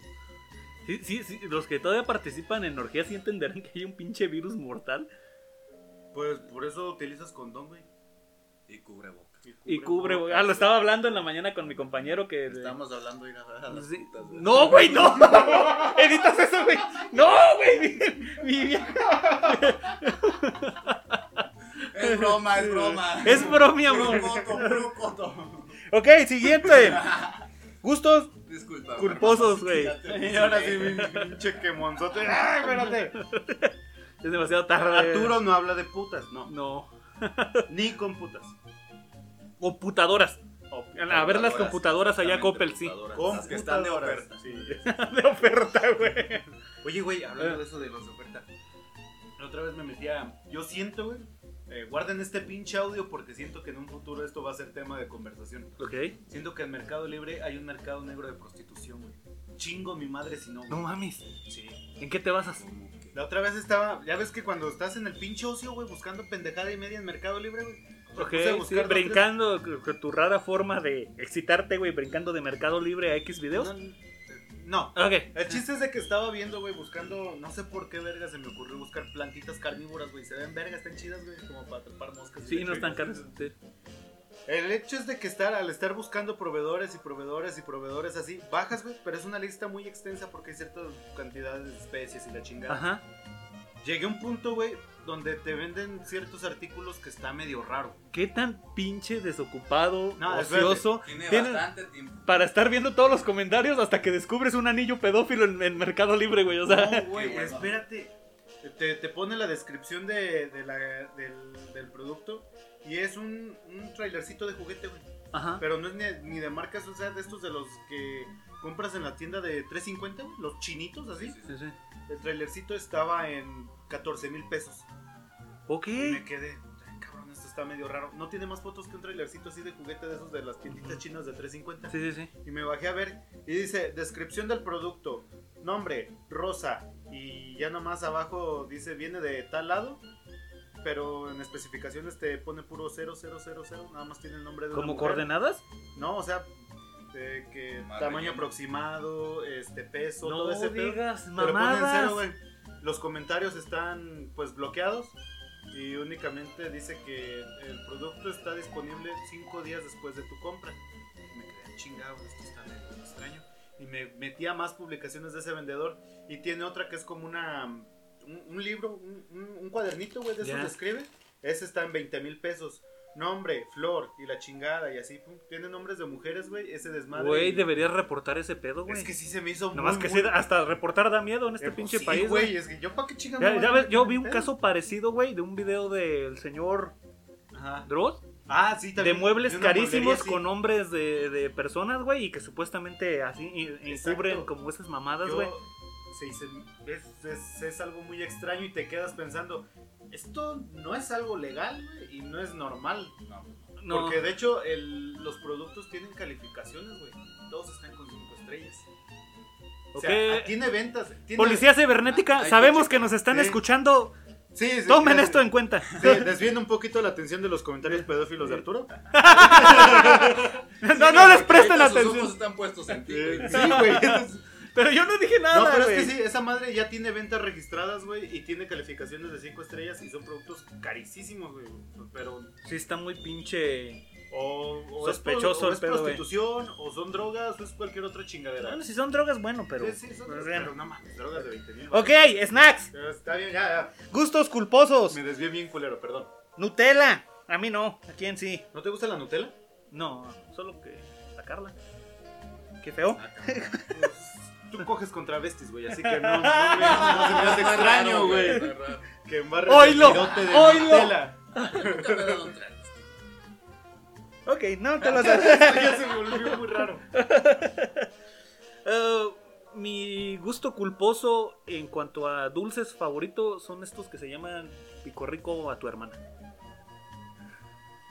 Sí, sí, sí, los que todavía participan en orgías sí entenderán que hay un pinche virus mortal
Pues por eso utilizas condón, güey.
Y cubrebocas.
y cubre. Ah, lo estaba hablando en la mañana con mi compañero que.
Estamos hablando de ir a ver a las
Sí.
putas, güey.
No, güey, no. Editas eso, güey. No, güey. mi- mi vieja.
Es broma, es broma.
Ah, Es broma, mi amor.
Brucoto, brucoto.
Ok, siguiente. Gustos
Disculpa.
culposos, güey.
Y ahora sí, mi mi pinche quemonzote. ¡Ay, espérate!
Es demasiado tarde.
Arturo no habla de putas, no.
No.
Ni con putas.
Computadoras.
O-
A ver las computadoras allá, Coppel, sí.
Computadoras, Las que están de oferta.
Sí.
De oferta, güey.
Oye, güey, hablando de eso de las ofertas. La otra vez me metía. Yo siento, güey. eh, guarden este pinche audio porque siento que en un futuro esto va a ser tema de conversación.
Ok.
Siento que en Mercado Libre hay un mercado negro de prostitución, güey. Chingo mi madre si no. güey.
No mames.
Sí.
¿En qué te basas?
La otra vez estaba. Ya ves que cuando estás en el pinche ocio, güey, buscando pendejada y media en Mercado Libre, güey. me
Ok,
puse a
sí,
buscar dos, tres-
brincando con tu rara forma de excitarte, güey, brincando de Mercado Libre a X videos.
No,
Ok.
El chiste es de que estaba viendo, güey, buscando, no sé por qué verga se me ocurrió buscar plantitas carnívoras, güey. Se ven vergas, están chidas, güey, como para atrapar moscas. y
Sí,
la
no están
chingada.
caros. sí.
El hecho es de que estar, al estar buscando proveedores y proveedores y proveedores así, bajas, güey, pero es una lista muy extensa porque hay ciertas cantidades de especies y la chingada.
Ajá.
Llegué a un punto, güey, donde te venden ciertos artículos que está medio raro.
¿Qué tan pinche desocupado,
No,
ocioso,
Tiene
Tienen-
bastante tiempo.
para estar viendo todos los comentarios hasta que descubres un anillo pedófilo en, en Mercado Libre, güey? O sea,
No, güey,
Qué hueva.
espérate. Te, te pone la descripción de, de la, del, del producto y es un, un trailercito de juguete, güey.
ajá.
Pero no es ni, ni de marcas, o sea, de estos de los que compras en la tienda de 350, güey, los chinitos así.
Sí, sí.
El trailercito estaba en 14 mil pesos.
Ok.
Y me quedé, "Ay, cabrón, esto está medio raro. No tiene más fotos que un trailercito así de juguete de esos de las tienditas
Ujú.
chinas de 350.
Sí, sí, sí.
Y me bajé a ver y dice, descripción del producto, nombre, rosa. Y ya nomás abajo dice, viene de tal lado. Pero en especificaciones te pone puro 0000, nada más tiene el nombre de una
¿Como
mujer.
coordenadas?
No, o sea, eh, que
Más
tamaño
relleno.
aproximado, este peso,
No
todo ese pedo.
digas
Pero ponen cero,
mamadas.
güey. Los comentarios están pues bloqueados y únicamente dice que el producto está disponible cinco días después de tu compra. Me quedé chingado, esto está medio extraño. Y me metí a más publicaciones de ese vendedor y tiene otra que es como una un, un libro, un, un- un cuadernito, güey, de esos
Ya.
que escribe. Ese está en 20 mil pesos. Nombre, flor y la chingada y así. pum. Tiene nombres de mujeres, güey. Ese desmadre.
Güey, deberías reportar ese pedo, güey.
Es que sí se me hizo.
Nomás
muy,
que
muy-
sí, hasta reportar da miedo en este
eh, pues
pinche
sí,
país, güey.
güey. Es que yo pa' qué chingada.
Ya, ya ves, yo vi un caso parecido, güey, de un video del señor
Ajá.
Dross
Ah, sí,
de
también.
muebles
una
carísimos
mueblería, sí.
con nombres de, de personas, güey, y que supuestamente así en-
Exacto.
encubren como esas mamadas,
Yo-
güey.
se dice- es, es- es algo muy extraño y te quedas pensando. Esto no es algo legal, güey, y no es normal.
No,
Porque de hecho el- los productos tienen calificaciones, güey. Todos están con 5 estrellas. O sea,
Ok.
ah, tiene ventas. tiene-
Policía cibernética,
Hay que
sabemos que
checar.
nos están
Sí.
escuchando.
Sí, sí,
Tomen
sí,
esto en cuenta.
sí, desviando un poquito la atención de los comentarios pedófilos de Arturo.
no, no les presten
Sus ojos
atención.
están puestos en ti.
Eh,
güey.
Sí, güey. entonces-
Pero yo no dije
No,
nada,
pero
güey.
es que sí, esa madre ya tiene ventas registradas, güey, y tiene calificaciones de 5 estrellas y son productos carísimos, güey. Pero
Sí, está muy pinche.
o, o es pro-
Sospechoso
o
el
es,
pedo, güey.
prostitución, o son drogas, o es cualquier otra chingadera.
Bueno, si son drogas, bueno, pero.
Sí, sí,
pero
son drogas,
bueno.
pero no mames, drogas de 20 mil.
Ok, snacks,
Está bien, ya, ya.
gustos culposos,
Me desvié bien culero, perdón.
Nutella. A mí no, a quién sí.
¿No te gusta la Nutella?
No, solo que sacarla. Qué feo.
tú coges con travestis, güey, así que no, no, me- no se me hace
Está
extraño,
raro,
güey.
está raro.
Que embarres el
Oílo,
pirote de
oílo.
Nutella.
Nunca me he dado un trago.
Ok, no te lo
Esto ya se volvió muy raro.
Eh, mi gusto culposo en cuanto a dulces favoritos son estos que se llaman picorrico a tu hermana.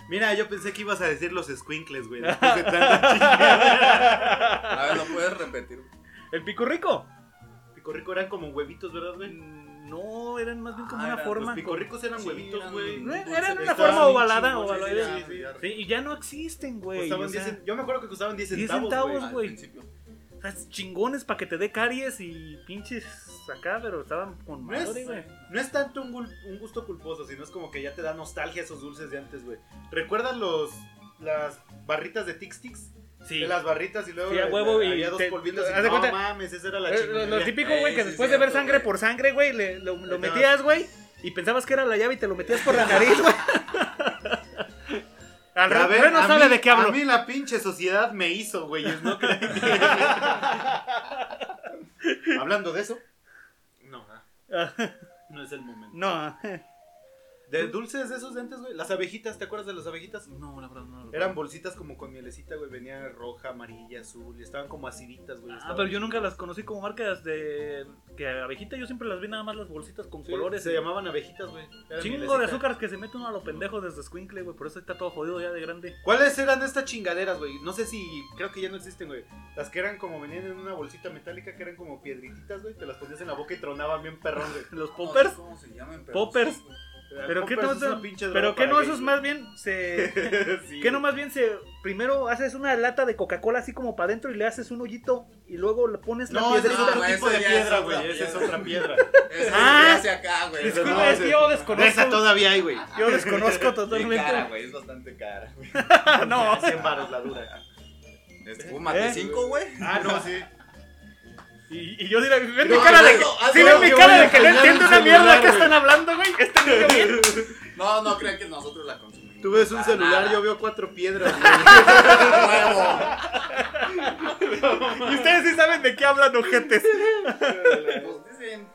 Mira, yo pensé que ibas a decir los squinkles, güey. Después de tanta chingadera.
A ver, ¿lo puedes repetir?
¿El picorrico?
Picorrico eran como huevitos, ¿verdad, güey?
Mm, No, eran más bien como
Ah,
una
eran
forma.
Los picorricos eran
Sí,
huevitos,
eran-
güey.
No,
Dulce
eran una
de leche.
forma
Estaban
ovalada,
chingones,
ovaloide.
sí, sí,
Sí, y ya no existen, güey.
Costaban
o sea,
10 cen- Yo me acuerdo que costaban 10
10
centavos, güey.
centavos,
Al
güey.
principio.
o sea, chingones para que te dé caries y pinches acá, pero estaban con
No es-
madre, güey.
No es tanto un, gul- un gusto culposo, sino es como que ya te da nostalgia esos dulces de antes, güey. ¿Recuerdas los las barritas de Tix Tix?
Sí.
De las barritas y luego
Sí, a huevo, y
había dos
te-
polvitos y
haz de
no
cuenta-
mames, esa era la
Eh, Lo,
chingonería.
lo típico, güey,
Ey,
que
sí,
después de
cierto,
ver sangre
güey.
por sangre, güey, le- lo, lo
Ahí está.
metías, güey, y pensabas que era la llave y te lo metías por la nariz, güey. Al
A ver,
revés no
a
sabe
mí-
de qué hablo.
A mí la pinche sociedad me hizo, güey. ¿no? Hablando de eso. No, ah, no es el momento.
No.
De dulces de esos de antes, güey. Las abejitas, ¿te acuerdas de las abejitas?
No, la verdad no.
Eran bolsitas como con mielecita, güey. Venía roja, amarilla, azul. y Estaban como aciditas, güey.
Ah,
estaban-
pero yo nunca las conocí como marcas de que abejita, yo siempre las vi nada más las bolsitas con
Sí,
colores.
Se llamaban abejitas, güey. Era
Chingo
mielecita.
de azúcares que se mete uno a lo pendejo desde Squinkle, güey, por eso está todo jodido ya de grande.
¿Cuáles eran estas chingaderas, güey? No sé si. Creo que ya no existen, güey. Las que eran como venían en una bolsita metálica, que eran como piedrititas, güey. Te las ponías en la boca y tronaban bien perrón, güey.
Los
No sé
poppers.
¿Cómo se llaman? pero
Poppers.
sí, güey.
Pero qué no
Poppers
es-
es una pinche droga
Pero que
para
no,
gays,
esos
güey.
más bien se
Sí,
Que no
güey.
más bien se primero haces una lata de Coca-Cola así como para adentro y le haces un hoyito y luego le pones la
No, ese es
piedrita.
otro
Ah,
tipo
ese
de
ya
piedra,
es otra
güey. Esa es
piedra.
otra piedra.
Ese es
Ah.
ah, hacia acá, güey.
Disculpa,
No,
es
ese-
que yo
De Esa
desconozco.
todavía hay, güey.
Yo desconozco
Bien cara,
totalmente.
güey, es bastante cara. güey.
no.
100 baros la dura.
Esfúmate
¿Eh?
cinco, güey.
Ah, no, sí.
Y, y yo diré, ven mi
No,
cara de
hazlo,
que,
hazlo,
sí, ven mi
que
cara
ah, voy a
de que no
colgar
entiendo
el
una mierda
celular,
que
güey.
están hablando, güey. Este niño bien.
No, no crean que nosotros la consumimos.
Tú ves un
Para
celular,
nada.
yo veo cuatro piedras, güey.
Huevo.
Y ustedes sí saben de qué hablan ojetes.
Pues dicen.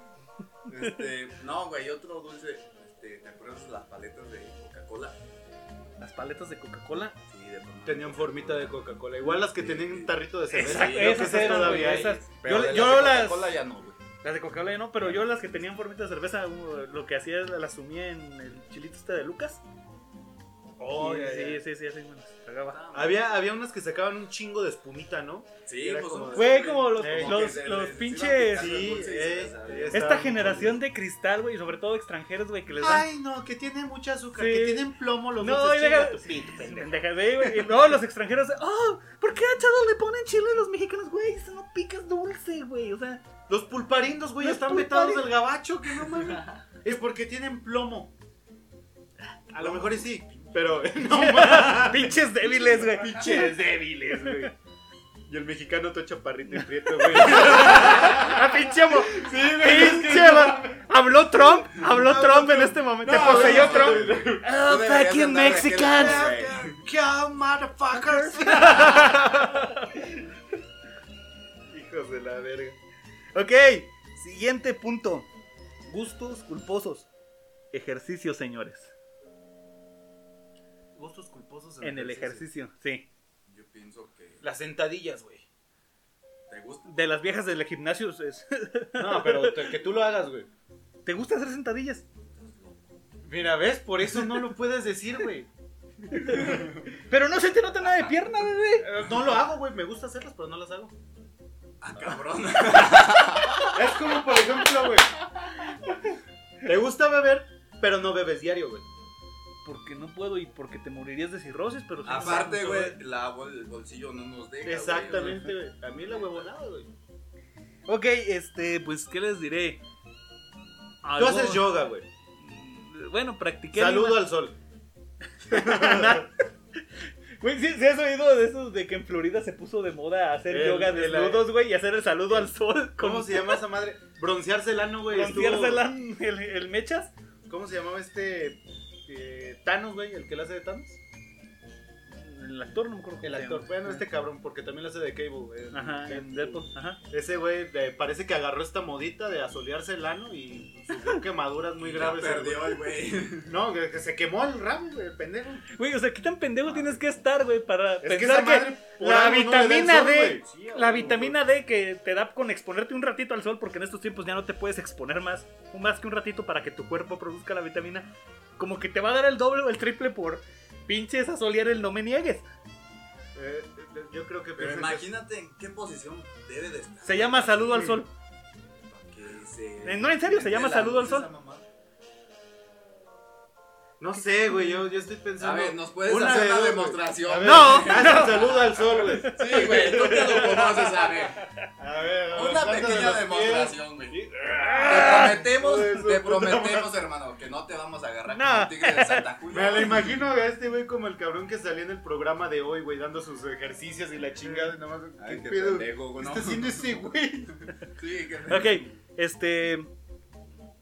Este, no, güey, otro dulce. Este, ¿Te acuerdas de las paletas de Coca-Cola?
Las paletas de Coca-Cola.
Sí, de forma-
Tenían formita de Coca-Cola. Igual las que tenían un tarrito de cerveza.
Exacto,
Creo que
esas
esas
eran,
todavía
güey,
hay.
esas.
Pero
Yo-
de las
yo
de
las-
Coca-Cola ya no, güey.
Las de Coca-Cola ya no, pero yo las que tenían formita de cerveza, uh, lo que hacía es las sumía en el chilito este de Lucas.
Oh,
Y-
ya,
sí,
ya.
sí, sí, así me las tragaba.
Había, había unas que sacaban un chingo de espumita, ¿no?
Sí,
Era
pues,
como-
unos
Güey,
que-
como los-
que
los-
se
los
les iba
pinches-
picando el
Sí,
dulce y se
eh,
les salía.
es-
Esta
estaban
generación
jodidas.
de cristal, güey, y sobre todo extranjeros, güey, que les dan
Ay, no, que tiene mucha azúcar,
Sí.
que tienen plomo los
No,
dulces,
y deja-
chinga tu pito, pendejo.
Pendejas, güey, güey. Y No, los extranjeros. Oh, ¿por qué a Chado le ponen chile a los mexicanos, güey? Eso no picas dulce, güey. O sea,
Los pulparindos, güey,
Los
están
pulparin-
vetados del gabacho, que no mames. Es porque tienen plomo. A lo mejor y sí, pero no mames.
pinches débiles, güey.
Pinches débiles, güey. Y el mexicano todo chaparrito y prieto, güey.
Ah, pinche mo-
Sí, güey. es que
Pinche
no
mo- Habló Trump. Habló
No,
Trump en
no,
este momento.
no,
Te poseyó
no,
Trump.
no, no, no.
Oh,
Tú deberías
fucking
andar de aquel-
Mexicans.
Kill motherfuckers. Hijos de la verga.
Ok, siguiente punto. Gustos culposos. Ejercicio, señores.
Gustos culposos
En el ejercicio, sí.
Yo pienso que
Las sentadillas, güey.
te gusta.
De las viejas del gimnasio. es-
No, pero te- que tú lo hagas, güey.
¿Te gusta hacer sentadillas?
Mira, ¿ves? Por eso no lo puedes decir, güey.
Pero no se te nota nada de pierna, bebé.
Eh, No lo hago, güey. Me gusta hacerlas, pero no las hago.
Ah, cabrón.
Es como, por ejemplo, güey. Te gusta beber, pero no bebes diario, güey.
Porque no puedo y porque te morirías de cirrosis, pero sí.
Aparte, güey, la bol- el bolsillo no nos deja. güey.
Exactamente, güey. A mí la huevonada, güey.
Ok, este, pues, ¿qué les diré?
Tú
Algo- Mm,
haces yoga, güey.
Bueno, practiqué.
Saludo al sol.
Güey, ¿sí, sí has oído de esos de que en Florida se puso de moda hacer
El-
yoga
el-
desnudos, güey, y hacer el saludo al sol?
¿Cómo
con-
se llama esa madre? Broncearse el ano, güey. estuvo-
Broncearse la- el, el mechas?
¿Cómo se llamaba este eh, Thanos, güey? El que la hace de Thanos.
El actor, no me acuerdo. cómo
El
se
actor.
llama.
Bueno, este cabrón, porque también la hace de Cable, güey.
Ajá, en Deadpool. Ajá.
Ese güey eh, parece que agarró esta modita de asolearse el ano y sufrió quemaduras muy
Ya
graves.
perdió el güey.
No, que, que se quemó el rabo, güey, el pendejo.
Güey, o sea, qué tan
Ah.
pendejo tienes que estar, güey, para
Es que
pensar
esa
que.
madre por
la
algo no le da el
vitamina
sol,
D,
güey.
Sí,
La
güey.
vitamina D que te da con exponerte un ratito al sol, porque en estos tiempos ya no te puedes exponer más, más que un ratito para que tu cuerpo produzca la vitamina, como que te va a dar el doble o el triple por Pinches a Solier, no me niegues.
Eh, eh, yo creo que
Pero
piensan que-
imagínate en qué posición debe de estar.
Se llama Saludo al Sol.
Para que se-
Eh, no, en serio, se llama
la
Saludo al
luz esa
Sol.
mamá.
No sé, güey, yo, yo estoy pensando.
A ver, ¿nos puedes
Una de
hacer una
dos,
A
güey.
demostración?
ver.
No, haz un saludo al sol, güey.
Sí, güey, tú te lo conoces, a ver.
A ver, a ver,
Una
planta de
pequeña
los
demostración,
pies.
güey.
Sí.
Te prometemos,
hijo de su
te
puta
prometemos, hermano, que no te vamos a agarrar
No.
como un tigre de Santa
Me la
Julia.
imagino a este güey como el cabrón que salía en el programa de hoy, güey, dando sus ejercicios y la chingada y nomás.
Ay,
¿Qué
qué
pedo? Este ¿Qué
pendejo, ¿no?
está haciendo ese güey?
Sí, qué pendejo.
Ok, este.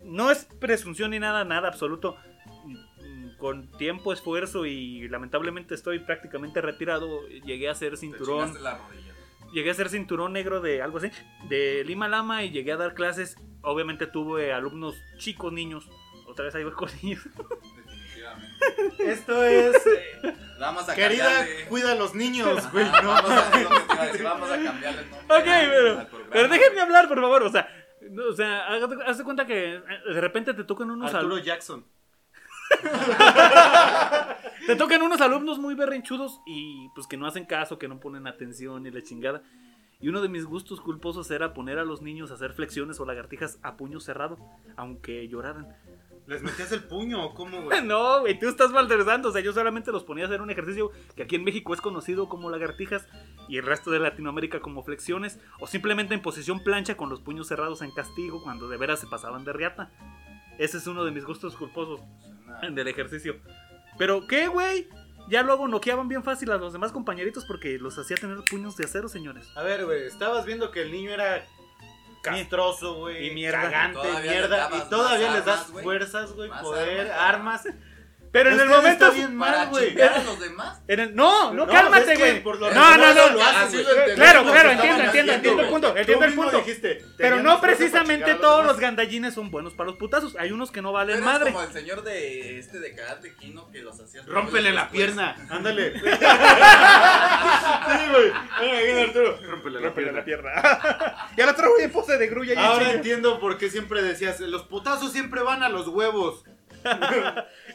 No es presunción ni nada, nada absoluto. Mm, Con tiempo, esfuerzo y lamentablemente estoy prácticamente retirado. Llegué a ser
Te
cinturón.
chingaste la rodilla.
Llegué a ser cinturón negro de algo así. De Lima Lama y llegué a dar clases. Obviamente tuve alumnos chicos, niños. Otra vez ahí voy con niños.
Definitivamente.
Esto es.
eh,
Vamos a
Querida,
cambiarle.
cuida a los niños, güey.
Ajá,
No,
vamos, a, lo que te iba a decir, vamos a cambiarle el nombre.
Ok,
al-
pero-
al programa.
Pero déjenme hablar, por favor. O sea, no, o sea hazte hazte cuenta que eh, de repente te tocan unos
Arturo
alumnos.
Jackson.
Te tocan unos alumnos muy berrinchudos y pues que no hacen caso, que no ponen atención y la chingada. Y uno de mis gustos culposos era poner a los niños a hacer flexiones o lagartijas a puño cerrado, aunque lloraran.
¿Les metías el puño o cómo, güey?
No, güey, tú estás malversando. O sea, yo solamente los ponía a hacer un ejercicio que aquí en México es conocido como lagartijas y el resto de Latinoamérica como flexiones o simplemente en posición plancha con los puños cerrados en castigo cuando de veras se pasaban de riata. Ese es uno de mis gustos culposos.
Suena-
del ejercicio. Pero qué, güey. Ya luego noqueaban bien fácil a los demás compañeritos porque los hacía tener puños de acero, señores.
A ver, güey, estabas viendo que el niño era castroso, güey.
Y mierda.
Cagante,
Todavía les
mierda.
dabas
Y todavía
más
les das
armas, güey.
fuerzas, güey,
Más
poder,
armas.
armas.
Pero en el
Ustedes
momento.
está bien mal,
Para
güey.
chingar a los demás.
en el- no, no,
No,
cálmate,
es que
güey.
por lo
No, no,
regular
no.
lo hacen,
Así lo
güey.
entendemos,
Claro,
lo
claro, entiendo,
que estaban
entiendo,
haciendo,
entiendo el
güey.
punto, entiendo el punto. Pero no precisamente todos los gandallines son buenos para los putazos. Hay unos que no
Pero
valen
eres
madre.
como el señor de este de Karate Kid, ¿no? que los hacías.
Rómpele la
después.
pierna, ándale. sí, güey. Ahí viene Arturo. Rómpele la
Rómpele
pierna.
pierna. y al otro güey en pose de grulla. y en
Ahora
chinga.
entiendo por qué siempre decías, los putazos siempre van a los huevos.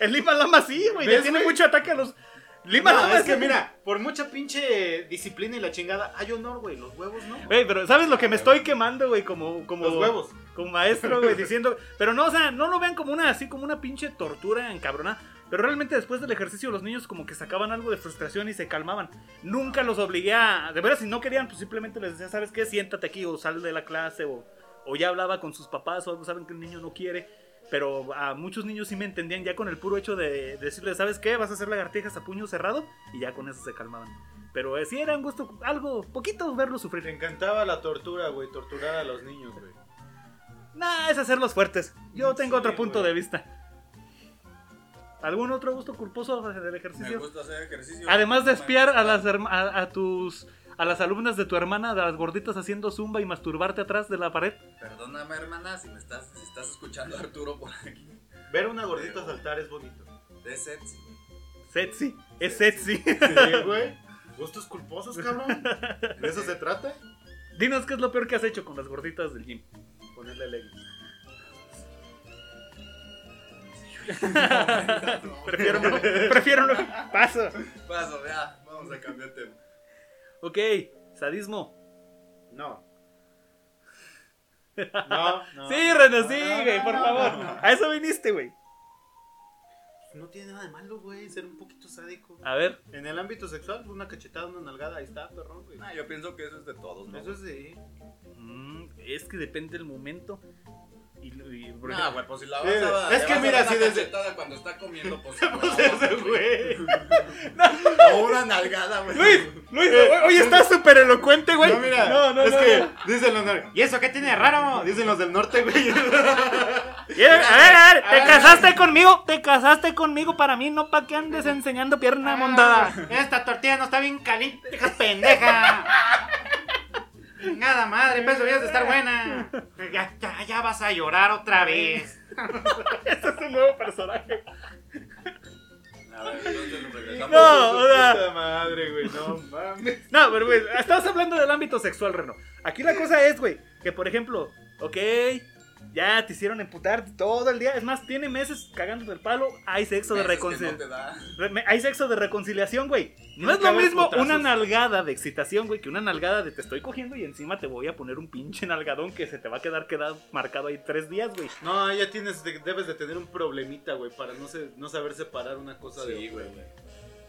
el Lima Lama sí, güey.
¿Ves,
Le tiene
güey?
mucho ataque a los. Lima
No,
Lama
es que
sí.
mira, por mucha pinche disciplina y la chingada, hay honor, güey, los huevos no.
Güey, pero ¿sabes lo que me estoy quemando, güey? Como, como.
Los huevos.
como maestro, güey, diciendo. Pero no, o sea, no lo vean como una así, como una pinche tortura encabronada. Pero realmente después del ejercicio los niños como que sacaban algo de frustración y se calmaban. Nunca los obligué a... De veras, si no querían, pues simplemente les decía, ¿sabes qué? Siéntate aquí o sal de la clase o, o ya hablaba con sus papás o algo, saben que el niño no quiere. Pero a muchos niños sí me entendían ya con el puro hecho de decirles, ¿sabes qué? Vas a hacer lagartijas a puño cerrado y ya con eso se calmaban. Pero eh, sí era un gusto, algo, poquito verlos sufrir.
Te encantaba la tortura, güey, torturar a los niños, güey.
Nah, es hacerlos fuertes. Yo tengo
Mm, Sí,
otro punto de
güey.
vista. ¿Algún otro gusto culposo del
Me
ejercicio?
gusta hacer ejercicio.
Además de
No me
espiar a
gusta.
las herma- a, a tus a las alumnas de tu hermana, de las gorditas haciendo zumba y masturbarte atrás de la pared.
Perdóname, hermana, si me estás, si estás escuchando a Arturo por aquí.
Ver una gordita saltar es bonito.
Es sexy, güey.
Sexy, es sexy.
Sí, güey. Gustos culposos, cabrón. ¿De eso se trata?
Dinos qué es lo peor que has hecho con las gorditas del gym.
Ponerle leggings.
Prefiero no, prefiero no. Paso.
Paso, ya, vamos a cambiar tema.
Ok, sadismo.
No. No, no.
sí, René, sí,
No, no,
güey, por
no,
favor.
no, no.
A eso viniste, güey.
No tiene nada de malo, güey, ser un poquito sádico.
A ver,
En el ámbito sexual, pues, una cachetada, una nalgada, ahí está, perrón, güey.
No, Ah, yo pienso que eso es de todos, ¿no?
Eso sí.
mm, es que depende del momento. Y, y- porque-
Nah, güey, pues si la vas
Sí,
a-
güey.
le
Es que
vas a
mira,
dar una
si desde-
cachetada cuando está comiendo, pues. se
Pues
la vas a
ese, güey.
O una nalgada, güey.
Luis, Luis, hoy- hoy estás súper elocuente, güey.
No, mira.
no, no,
es
no,
que
no.
dicen los norte. ¿Y eso qué tiene de raro? Dicen los del norte, güey.
Y, A ver, a ver,
A
te
ver.
casaste conmigo, te casaste conmigo para mí, no para que andes enseñando pierna mondada.
Esta tortilla no está bien caliente, hija pendeja. Nada madre, peso debías de estar buena. Ya, ya, ya vas a llorar otra vez.
Ese Este es un nuevo personaje.
A ver, entonces nos regresamos.
No, o sea-
Puta madre, güey, no mames.
No, pero güey, estabas hablando del ámbito sexual, Reno. Aquí la cosa es, güey, que por ejemplo, ok, Ya te hicieron emputar todo el día. Es más, tiene meses cagando del palo. Hay sexo de
Meses que
reconciliación.
no te da.
Re- me- Hay sexo de reconciliación, güey. No
Tiene
es
que
lo
haber
mismo
putazos.
una nalgada de excitación, güey, que una nalgada de te estoy cogiendo y encima te voy a poner un pinche nalgadón que se te va a quedar quedado marcado ahí tres días, güey.
No, ya tienes, de- debes de tener un problemita, güey, para no, se- no saber separar una cosa de
Sí,
otra.
güey.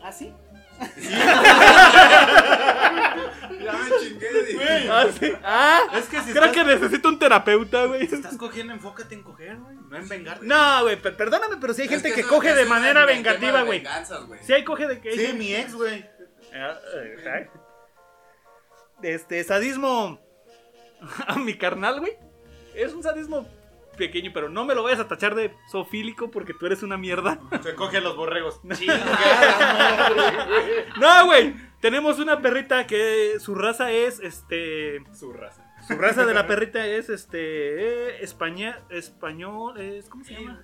¿Ah, sí?
Ya me chingué, dije.
¿Ah, sí? Ah,
Es que si
creo
estás,
que necesito un terapeuta, güey.
si estás cogiendo, enfócate en coger, güey, no en vengarte.
No, güey, per- perdóname, pero si hay gente
Es
que
eso-
coge
eso
de
es el
manera
tema de
vengativa, güey.
venganzas, güey.
Si hay coge de que...
Sí, mi ex, güey.
Ah, eh, ah. Este, sadismo a mi carnal, güey. Es un sadismo pequeño, pero no me lo vayas a tachar de zoofílico porque tú eres una mierda.
Se coge a los borregos.
No, güey. Tenemos una perrita que su raza es, este...
Su raza.
Su raza de la perrita es, este... eh, españa, español, es, ¿cómo se llama?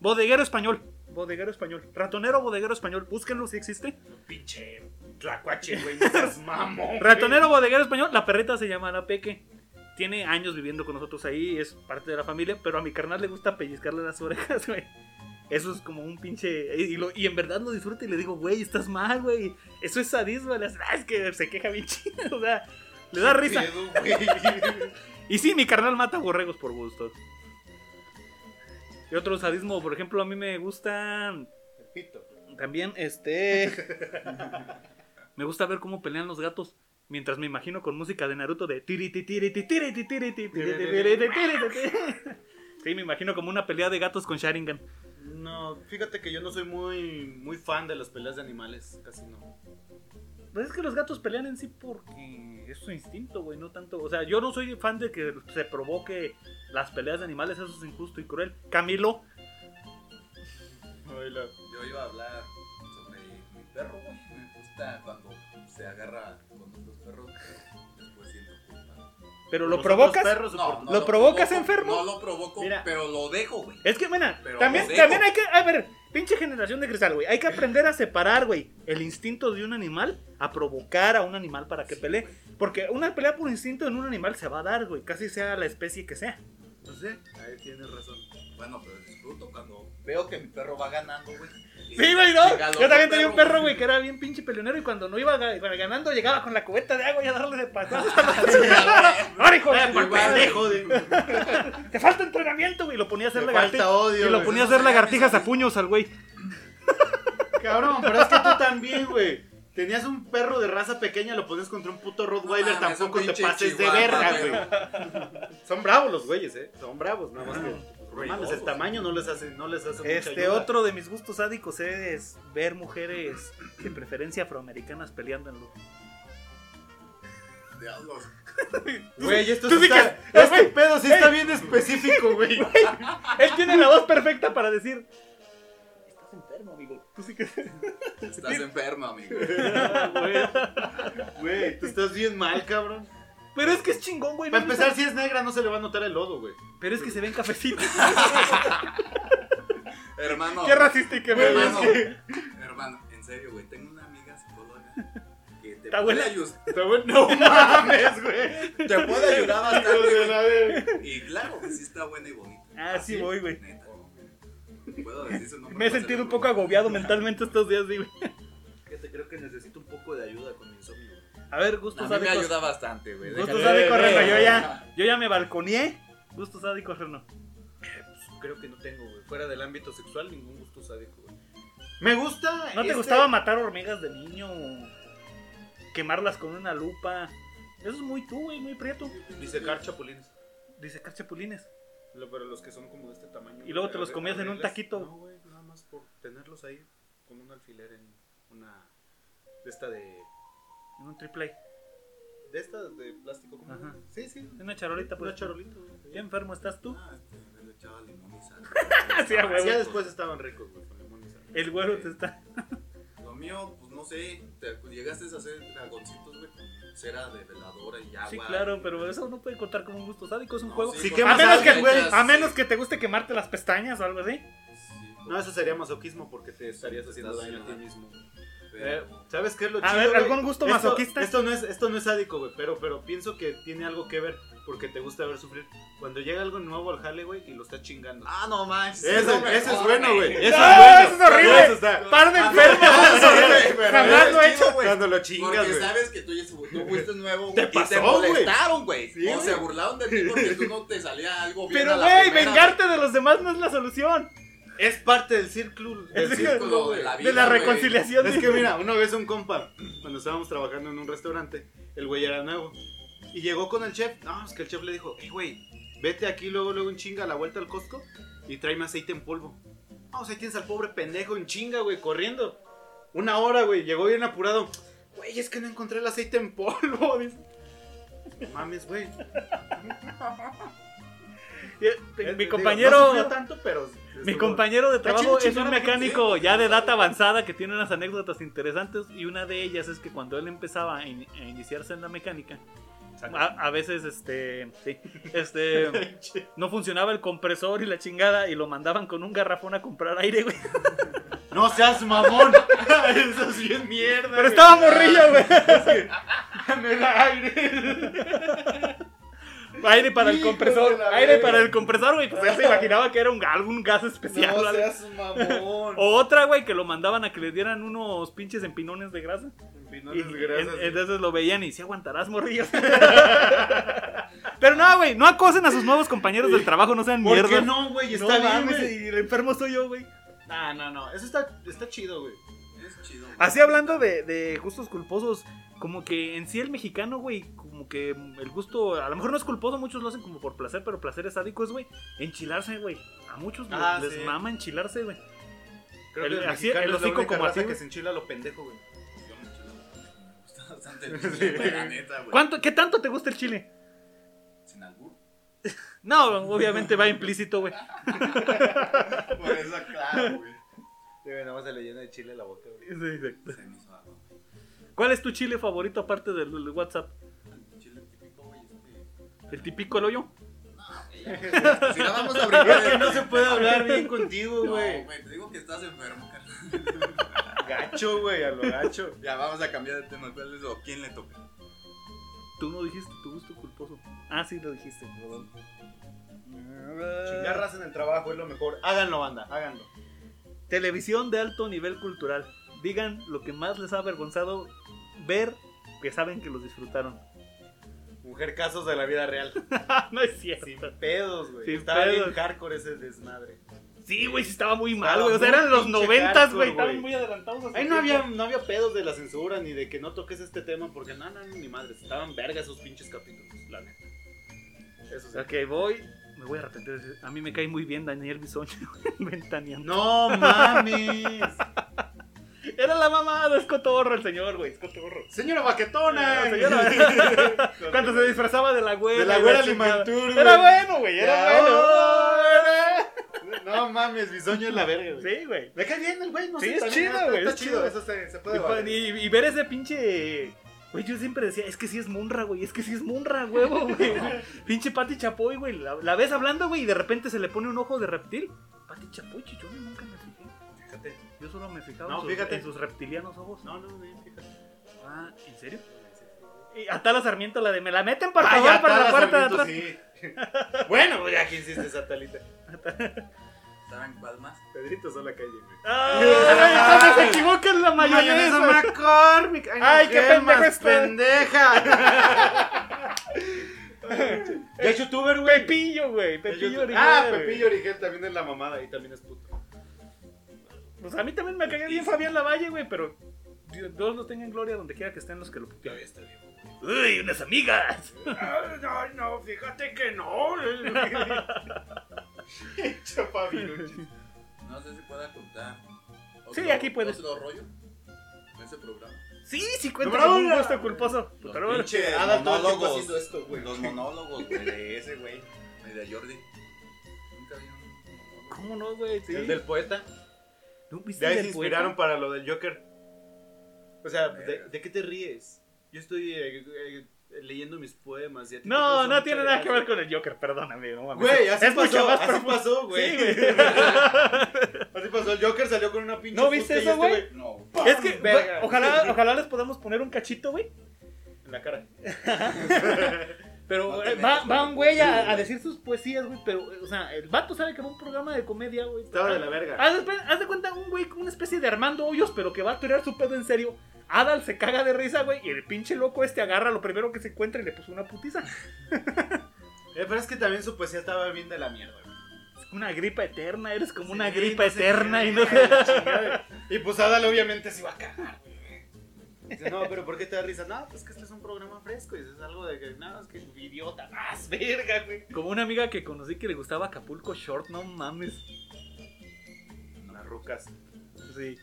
Bodeguero español. Bodeguero español. Ratonero bodeguero español. Búsquenlo si existe.
Pinche tlacuache, güey. no seas mamón.
Ratonero bodeguero español, la perrita se llama La Peque. Tiene años viviendo con nosotros ahí, es parte de la familia, pero a mi carnal le gusta pellizcarle las orejas, güey. Eso es como un pinche. Y, y lo- y en verdad lo disfruta y le digo, güey, estás mal, güey. Eso es sadismo. Le hace, "Ah, es que se queja bien chido, o sea, le da risa.
Pedo, güey.
Y sí, mi carnal mata borregos por gusto. Y otro sadismo, por ejemplo, a mí me gustan. También, este. me gusta ver cómo pelean los gatos. Mientras me imagino con música de Naruto de tiriti tiriti tiriti tiriti tiriti tiriti tiriti. Sí, me imagino como una pelea de gatos con Sharingan.
No, fíjate que yo no soy muy, muy fan de las peleas de animales, casi no.
Pues es que los gatos pelean en sí porque es su instinto, güey, no tanto. O sea, yo no soy fan de que se provoque las peleas de animales, eso es injusto y cruel. Camilo,
Ay, la-
Yo iba a hablar sobre mi perro, güey. Me gusta cuando se agarra con otros perros, pero después siento culpa.
pero
¿Los
lo
otros
provocas.
perros o
No,
por-
no
¿Lo provocas
provoco,
enfermo?
No lo provoco,
Mira.
pero lo dejo, güey.
Es que, mena,
Pero
también,
lo dejo.
también hay que. A ver, pinche generación de cristal, güey. Hay que aprender a separar, güey, el instinto de un animal a provocar a un animal para que pelee. Porque una pelea por instinto en un animal se va a dar, güey, casi sea la especie que sea.
No sé, ahí tienes razón.
Bueno, pero disfruto cuando veo que mi perro va ganando, güey.
Sí, güey, no.
Chingado,
Yo también
otro
tenía un perro, güey, que era bien pinche peleonero y cuando no iba ga- ganando llegaba con la cubeta de agua y a darle de patadas. ¡Ahora, hijo! de-
Por pendejo, de-
¡Te falta entrenamiento, güey! Y Lo ponía a hacer
Me falta
lagartijas.
odio.
Y lo
güey.
ponía a hacer lagartijas a puños al güey.
Cabrón, pero es que tú también, güey. Tenías un perro de raza pequeña, lo pones contra un puto Rottweiler,
No mames,
tampoco
un
te
Ah, pinche
pases de
chihuahua,
verga, güey. Son bravos los güeyes, eh. Son bravos, nada
Ah,
más que. No mames, el
ruidosos.
tamaño no les hace, no les hace mucha
Este
ayuda.
otro de mis gustos sádicos es ver mujeres de preferencia afroamericanas peleando en lo.
Diablos.
Güey, esto
tú
sí está.
dices,
este
güey,
pedo sí está
ey.
bien específico, güey.
Ah, Él tiene la voz perfecta para decir. Estás enfermo, amigo. Tú sí que.
Estás enfermo, amigo.
Güey, Ah, Güey, tú estás bien mal, cabrón.
Pero es que es chingón, güey.
Para
¿no?
empezar, si es negra, no se le va a notar el lodo, güey.
Pero es que se ven cafecitos.
Hermano.
Qué racista y qué
Güey,
verga.
Hermano, hermano, en serio, güey, tengo una amiga psicóloga que te
¿Tu
puede,
abuela?
ayus-
Está bueno. No mames, güey.
te puede ayudar bastante.
Hijos de la verga.
güey. Y claro que sí está buena y bonita.
Ah, sí voy, güey.
Neta. Puedo decir su nombre.
Me he
para
sentido
hacerlo
un poco
público.
agobiado mentalmente estos días, sí, güey.
Fíjate, creo que necesito un poco de ayuda con mi insomnio.
A ver,
A
gustos
mí me
sádicos.
ayuda bastante, güey.
Gustos
Déjale.
sádicos,
Eh,
Reno.
eh,
Yo ya, yo ya me balconeé. Gustos sádicos, Reno.
Creo que no tengo, güey. Fuera del ámbito sexual, ningún gusto sádico, güey.
Me gusta.
¿No te
este-
gustaba matar hormigas de niño? Quemarlas con una lupa. Eso es muy tú, güey, muy prieto.
Disecar chapulines.
Dice cachapulines.
Lo- Pero los que son como de este tamaño.
Y luego te
güey,
los
arre-
comías en un
arreglas-
taquito.
No, güey, nada más por tenerlos ahí con un alfiler en una. De esta de.
En un triple A.
De esta de plástico. ¿cómo se llama?
Ajá.
Sí, sí.
En una charolita, pues.
Una charolita, güey.
¿Qué enfermo estás tú?
Ah, este, le echaba limón y sal. pues,
Sí, a
Ah,
huevo.
Ya después estaban ricos, güey, con limón y sal.
El güero te está.
Lo mío, pues no sé, te llegaste a hacer dragoncitos, güey, con cera de veladora y agua.
Sí, claro, pero eso no puede contar como un gusto sádico, es un
No,
juego.
sí,
Sí,
con-
¿qué
A
más
menos,
algo
que,
güey,
a
sí. pues,
menos que te guste quemarte las pestañas o algo así.
Sí,
No, eso sería masoquismo porque te estarías haciendo
Estás
daño a ti
haciendo
mismo.
pero-
Eh, ¿Sabes qué es lo
A
chido,
ver,
güey?
¿algún gusto
Esto-
masoquista?
Esto no es, esto no es sádico, güey, pero, pero pienso que tiene algo que ver.
porque te gusta ver sufrir. Cuando llega algo nuevo al jale, güey, y lo está chingando.
Ah, no manches.
Ese,
lo
ese es
mejor,
bueno, güey. Ese
No,
es
ese es
bueno.
horrible.
Eso está.
¡Par de
Ah,
enfermos!
no, no, no, no, no,
Jamás lo he
chido,
hecho.
güey.
Cuando lo
Porque
chingas, güey.
sabes que tú, tú fuiste nuevo
Te
güey, y
pasó,
te
güey.
molestaron, güey.
Sí,
o
güey.
se burlaron de ti porque tú no te salía algo bien. a
Pero,
la
güey,
primera,
vengarte de los demás no es la solución.
Es parte del círculo.
Es
güey.
de-
Círculo de la vida.
De la
güey.
reconciliación.
Es que mira, una vez un compa, cuando estábamos trabajando en un restaurante, el güey era nuevo. Y llegó con el chef. No, es que el chef le dijo, hey, güey, vete aquí luego, luego en chinga a la vuelta al Costco y tráeme aceite en polvo. Vamos, ahí tienes al pobre pendejo en chinga, güey, corriendo. Una hora, güey, llegó bien apurado. Güey, es que no encontré el aceite en polvo. Dice, "No Mames, güey.
Eh, Mi
Digo, No
compañero...
sufrió tanto, pero.
Mi
estuvo-
compañero de trabajo
chinga,
es
chinga,
un
ahora me
mecánico ya de edad avanzada que tiene unas anécdotas interesantes y una de ellas es que cuando él empezaba a, in- a iniciarse en la mecánica, a, a veces este, sí, este no funcionaba el compresor y la chingada y lo mandaban con un garrafón a comprar aire, güey.
No seas mamón. Eso es bien mierda.
Pero estaba morrillo, güey.
Me da aire.
Aire para el
Hijo de
compresor,
la
aire
verga.
para el compresor, güey. Pues él se imaginaba que era un, algún gas especial. o
No
algo.
seas mamón.
o otra, güey, que lo mandaban a que le dieran unos pinches empinones de grasa. Y-
Pinones, gracias.
en- entonces lo veían y si aguantarás, morrillos. Pero no, güey, no acosen a sus nuevos compañeros del trabajo, no sean
¿Por
mierda.
qué no, güey?
No
Está bien,
mames,
güey.
y el enfermo soy yo, güey.
No, no, no. Eso está, está chido, güey.
Es chido, güey.
Así hablando de, de gustos culposos, como que en sí el mexicano, güey, como que el gusto, a lo mejor no es culposo, muchos lo hacen como por placer, pero placer es ádico, es, güey, enchilarse, güey. A muchos les-
Ah,
les,
sí.
mama enchilarse, güey.
Creo
El-
que el,
así-
mexicano
el
es la
hocico
única
como
raza
así,
que
güey.
se enchila a lo pendejo, güey.
Yo me enchilo, güey. Me gusta bastante el chile, güey, la neta, güey.
¿Cuánto, ¿Qué tanto te gusta el chile?
Sin albur.
No, obviamente va implícito, güey.
Por eso, claro, güey.
Debe nada más se le llena de chile la boca, güey.
Sí, exacto.
Se me hizo algo, güey.
¿Cuál es tu chile favorito aparte del del WhatsApp?
El chile típico, güey, este.
¿El típico, el hoyo?
Si la vamos a brincar.
No se puede hablar bien contigo,
No,
güey.
güey, te digo que estás enfermo, carnal.
Gacho, güey, a lo gacho.
Ya, vamos a cambiar de tema. ¿Cuál es o quién le toca?
Tú no dijiste tu gusto culposo. Ah, sí, lo dijiste.
Chingar raza en el trabajo es lo mejor.
Háganlo, banda, háganlo.
Televisión de alto nivel cultural. Digan lo que más les ha avergonzado ver que saben que los disfrutaron.
Mujer casos de la vida real.
Ah, no es cierto.
Sin pedos, güey.
Sin
Estaba bien
pedos.
hardcore ese desmadre.
Sí, güey, sí estaba muy mal, güey. O sea,
muy
eran los
pinche
noventas, güey.
hardcore,
Estaban
güey.
muy adelantados. a su
Ahí no
tiempo.
había, no había pedos de la censura ni de que no toques este tema porque no, no, ni madre. Estaban verga esos pinches capítulos, la neta. Eso sí.
Ok, voy. Me voy a arrepentir. A mí me cae muy bien Daniel Bisoño ventaneando.
No mames.
Era la mamá de Escotorro, el señor, güey. Escotorro.
Señora Baquetona.
Cuando se disfrazaba de la güera.
De
y
la güera
chingada.
Limantur, güey.
Era bueno, güey. Era
Ya,
bueno.
No mames, bisoño es la verga, güey.
Sí, güey.
Me cae bien el güey, no
Sí,
sé.
es
también,
chido,
está-
güey,
Está
es
chido,
chido.
eso se, se puede
Y, pa-
valer.
y- y ver ese pinche. Güey, yo siempre decía, es que sí es Munra, güey, es que sí es Munra, huevo, güey. pinche Pati Chapoy, güey. La, la ves hablando, güey, y de repente se le pone un ojo de reptil. Pati Chapoy, chichona, nunca me fijé.
Fíjate.
Yo solo me fijaba
No,
en, sus,
fíjate.
en sus reptilianos ojos.
No, no, no, fíjate.
Ah, ¿en serio? Y Atala Sarmiento, la de me la meten, por
Ah,
favor,
ya,
para la
Tala
puerta de
Sarmiento,
atrás.
sí. bueno, pues ya que insiste esa talita.
¿Saben cuál más?
Pedrito sola calle, güey.
Ay, entonces se equivocan la mayonesa. güey.
McCormick.
Ay, qué pendejo es
pendeja.
Ya es youtuber, güey. Pepillo, güey. Pepillo Origel,
Ah,
güey.
Pepillo Origel también es la mamada y también es puto.
Pues a mí también me caía bien Fabián Lavalle, güey, pero Dios, Dios lo tenga en gloria donde quiera que estén los que lo putean.
está vivo.
¡Uy, unas amigas!
Ay, no, fíjate que no. Chapa viruchis.
No sé si pueda contar. Otro,
Sí, aquí puedes.
¿Otro rollo? ¿En ese programa?
Pues,
Sí, sí, cuenta
Número
con un
uno.
gusto culposo. Pero bueno,
pinches
Ada ah, todo el tiempo
monólogos.
haciendo esto, güey.
Los monólogos, güey, de ese, güey. Y de Jordi. Nunca vi un monólogo.
¿cómo no, güey? Sí.
El del poeta.
¿No viste
De ahí
el
se
del
inspiraron
poeta?
para lo del Joker. O sea, ¿de, de qué te ríes? Yo estoy eh, eh, leyendo mis poemas. y a ti te
No,
causa
no
mucha
tiene nada que
gracia.
ver con el Joker, perdóname. No, mames.
Güey, así
es mucho
pasó,
más
así
profundo.
pasó, güey.
Sí, güey.
Así pasó, el Joker salió con una pinche
¿No viste
fusta y
eso,
este
güey?
No, güey.
Es que, güey,
Verga.
ojalá, ojalá les podamos poner un cachito, güey.
En la cara.
Pero
No te
eh, va,
metas,
va
güey.
un güey
Sí,
a,
güey.
a decir sus poesías, güey, pero, eh, o sea, el vato sabe que va a un programa de comedia, güey.
Estaba de la verga.
Haz, de pe- haz de cuenta un güey, como una especie de Armando Hoyos, pero que va a tirar su pedo en serio. Adal se caga de risa, güey, y el pinche loco este agarra lo primero que se encuentra y le puso una putiza.
Eh, pero es que también su poesía estaba bien de la mierda. güey.
Una gripa eterna, eres como una
Sí,
gripa
no sé
eterna
qué,
y no
la chingada. Y pues Adal obviamente se iba a cagar. Dice, no, pero ¿por qué te da risa? No, pues que este es un programa fresco. Y dices algo de que, no, es que es un idiota. Más verga, güey.
Como una amiga que conocí que le gustaba Acapulco Short, no mames.
Las rucas.
Sí.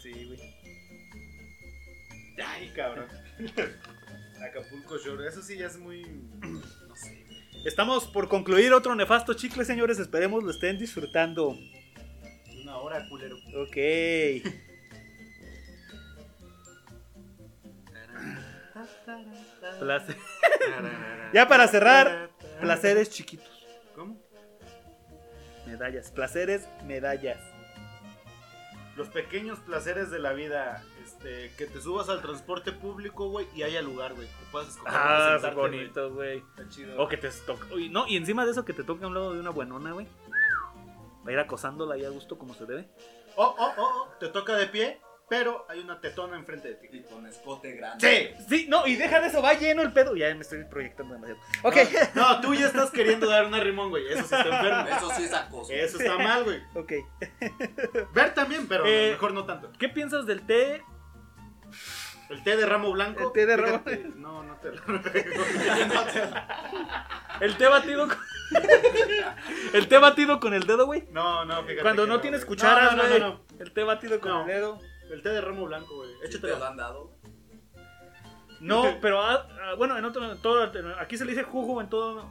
Sí, güey.
Ay, cabrón. Acapulco Shore. Eso sí ya es muy. No sé.
Estamos por concluir otro nefasto chicle, señores. Esperemos lo estén disfrutando.
Una hora, culero.
Ok. Placer- Ya para cerrar, placeres chiquitos.
¿Cómo?
Medallas, placeres, medallas.
Los pequeños placeres de la vida. Este, que te subas al transporte público, güey, y haya lugar, güey. Que puedas escoger. dónde
Ah,
sentarte,
bonito, güey.
güey. Está chido.
O que te toque. uy, no, y encima de eso que te toque a un lado de una buenona, güey. Para ir acosándola ahí a gusto como se debe.
Oh, oh, oh, oh, te toca de pie, pero hay una tetona enfrente de ti.
Y con escote grande.
¡Sí!
Sí, no, y deja de eso, va lleno el pedo. Ya me estoy proyectando demasiado. Ok,
No, tú ya estás queriendo dar una rimón, güey. Eso sí está enfermo.
Eso sí es acoso.
Eso está mal, güey.
ok.
Ver también, pero
Eh,
mejor no tanto.
¿Qué piensas del té?
El té de ramo blanco.
El té de ramo-
fíjate, No, no te lo recomiendo.
El té batido con... El té batido con el dedo, güey.
No, no, fíjate.
Cuando
que
no tienes
güey.
cucharas,
No, no,
güey.
no, no,
El té batido con
No.
el dedo.
no. El té de ramo blanco, güey.
¿Sí
Échate
¿Te lo han dado?
No, pero ah, ah, bueno, en otro, en todo, aquí se le dice jugo en todo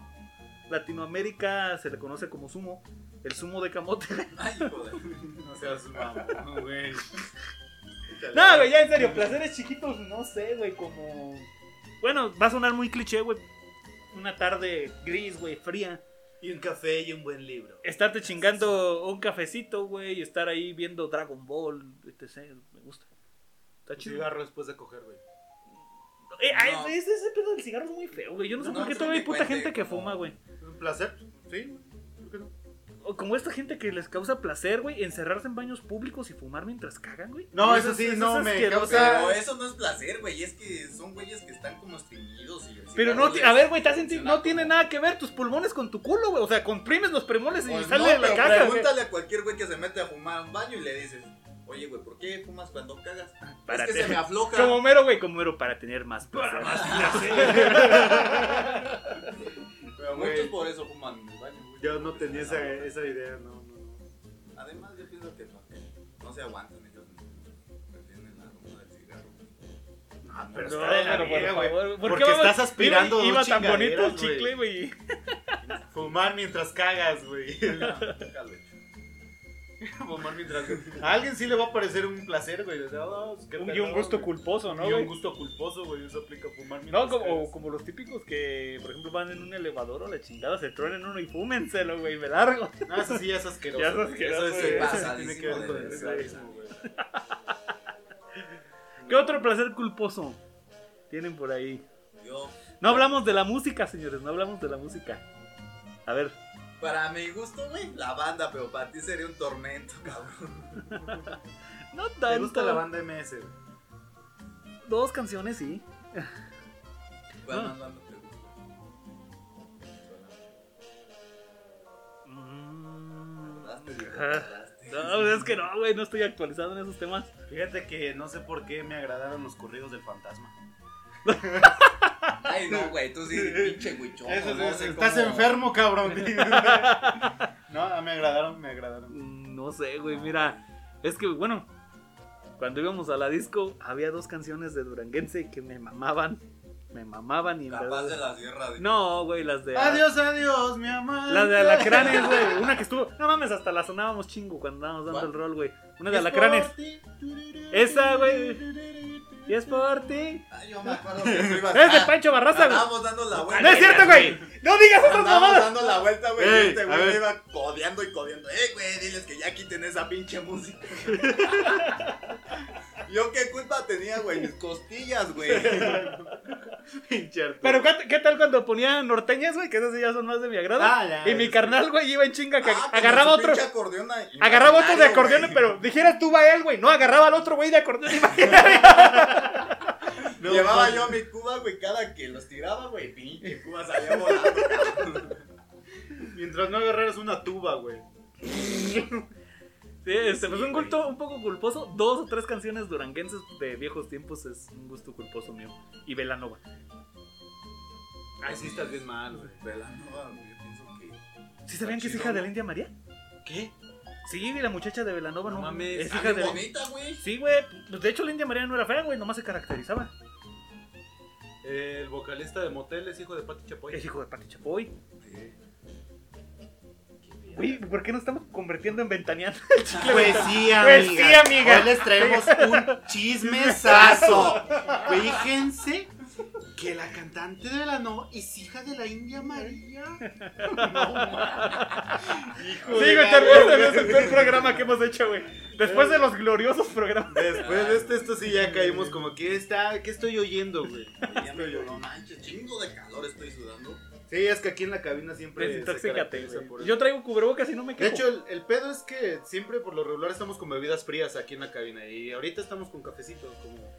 Latinoamérica se le conoce como zumo, el zumo de camote.
Ay, joder.
No seas mamón, güey.
no, güey, ya en serio, placeres chiquitos, no sé, güey, como bueno, va a sonar muy cliché, güey. Una tarde gris, güey, fría.
Y un café y un buen libro.
Estarte chingando un cafecito, güey, y estar ahí viendo Dragon Ball, etc. Me gusta. Está
Un
chido.
cigarro después de coger, güey.
Eh, ay,
No.
ese, ese pedo del cigarro es muy feo, güey. Yo no sé
No,
por qué
no,
todavía hay
que
puta
cuente
gente que
como-
fuma, güey.
¿Es un placer? Sí, güey. ¿Por qué no?
O como esta gente que les causa placer, güey, encerrarse en baños públicos y fumar mientras cagan, güey.
No,
Y
eso
es-
sí,
es
no me
asqueroso.
causa.
Pero eso no es placer, güey. Es que son güeyes que están como estreñidos. Y el
Pero no,
cigarro
ti-
les
a ver, güey, te hacen-
funciona
no tiene
como-
nada que ver tus pulmones con tu culo, güey. O sea, comprimes los pulmones y
Pues no,
sale la
pero
caca, güey.
pregúntale a cualquier güey que se mete a fumar a un baño y le dices, oye, güey, ¿por qué fumas cuando cagas?
Para
es que
tener-
se me afloja.
Como mero, güey, como mero para tener más placer.
Pero
güey.
muchos por eso fuman en el baño, güey.
Yo no tenía esa, esa idea, no, no, no.
Además, yo pienso que no, no se aguantan ellos. Prefieren la aroma del cigarro.
Ah,
No,
pero
no,
está de la
pero por
verga, güey.
favor, ¿por
Porque
qué
estás
vamos-
aspirando
Iba, iba
dos
tan bonito el
chingaderas,
chicle, güey.
Fumar mientras cagas, güey.
Nunca lo he hecho.
Fumar mientras A alguien sí le va a parecer un placer, güey. O sea, ah, pues, qué
Un- Y
pelado,
un gusto
güey.
culposo, ¿no,
Y un
güey?
gusto culposo, güey. Eso aplica a fumar mientras
No, como, o
cagas.
como los típicos que, por ejemplo, van en un elevador o la chingada, se truenen uno y fúmenselo, güey, me largo.
No, Ah, eso sí ya es asqueroso.
Ya es
güey.
asqueroso,
Eso sí
güey.
pasa, tiene que ver
Pasadísimo
con
de
el
verga.
sadismo, güey.
¿Qué otro placer culposo tienen por ahí?
Yo,
No hablamos de la música, señores, no hablamos de la música. A ver,
para mi gusto, güey, la banda, pero para ti sería un tormento, cabrón.
no
Me gusta la
tanto.
banda MS, güey.
Dos canciones, sí.
¿Cuál
No.
más banda te gusta?
Mm.
Acordaste, digo,
Ajá.
acordaste.
No, pues es que no, güey, no estoy actualizado en esos temas.
Fíjate que no sé por qué me agradaron los corridos del fantasma.
Ay, no, güey, tú sí, pinche güichón.
Eso,
no
eso,
sé
estás
cómo-
enfermo, cabrón. no, me agradaron, me agradaron.
Mm, No sé, güey, mira. Es que, bueno, cuando íbamos a la disco, había dos canciones de Duranguense que me mamaban. Me mamaban y en
Capaz de
verdad.
la sierra de.
No, güey, las Ah, de.
Adiós, adiós, mi amante.
Las de Alacranes, güey. Una que estuvo. No mames, hasta la sonábamos chingo cuando andábamos dando
¿Cuál?
el rol, güey. Una de Alacranes. Esa, güey. Y es por ti.
Ay, yo me acuerdo que tú ibas.
Es de
Ah,
Pancho Barraza, güey.
Andábamos dando la vuelta.
No es cierto, güey. No digas esas
Andábamos
mamadas.
dando la vuelta, güey.
Ey,
y este
a
güey me
ver.
iba codeando y codeando. Eh, güey, diles que ya quiten esa pinche música. ¿Yo qué culpa tenía, güey? Mis costillas, güey.
Pinche Arturo.
Pero ¿qué, qué tal cuando ponía norteñas, güey? Que esas sí ya son más de mi agrado.
Ah, ya,
y mi
es-
carnal, güey, iba en chinga. Que
Ah, tenía
agarraba
su
otro.
pinche acordeón ahí.
Agarraba otro de
Imaginario,
acordeón,
güey.
pero dijeras tú va él, güey. No, agarraba al otro güey de acordeón.
No,
Llevaba
no.
yo mi cuba, güey, cada que los tiraba, güey, pinche cuba salía volando.
Mientras no agarraras una tuba, güey.
Sí, este, pues
Sí,
un
güey.
gusto un poco culposo. Dos o tres canciones duranguenses de viejos tiempos es un gusto culposo mío. Y Velanova.
Ay, sí, estás bien mal, güey.
Velanova, güey, yo pienso que.
¿Sí sabían que es
chido,
hija de la
¿no?
India María?
¿Qué?
Sí, la muchacha de Velanova no,
No mames,
Es
Ah,
hija
bien
de.
bonita, güey.
Sí, güey. Pues de hecho, la India María no era fea, güey. Nomás se caracterizaba.
El vocalista de Motel es hijo de Pati Chapoy.
Es hijo de Pati Chapoy. Güey, ¿por qué nos estamos convirtiendo en ventaneando?
Pues sí,
Pues sí, amiga.
Hoy les traemos un chismesazo. Fíjense que la cantante de la no es hija de la India María.
Sí, güey, te acuerdas de ese peor programa que hemos hecho, güey. Después de los gloriosos programas.
Después de este, esto, esto sí ya caímos como que está, ¿qué estoy oyendo, güey?
Y ya me dijo, no manches, chingo de calor estoy sudando.
Sí, es que aquí en la cabina siempre se
Desintoxícate,
caracteriza por
güey.
eso.
Yo traigo cubrebocas y no me
De
quejo.
hecho, el, el pedo es que siempre por lo regular estamos con bebidas frías aquí en la cabina y ahorita estamos con cafecito, como...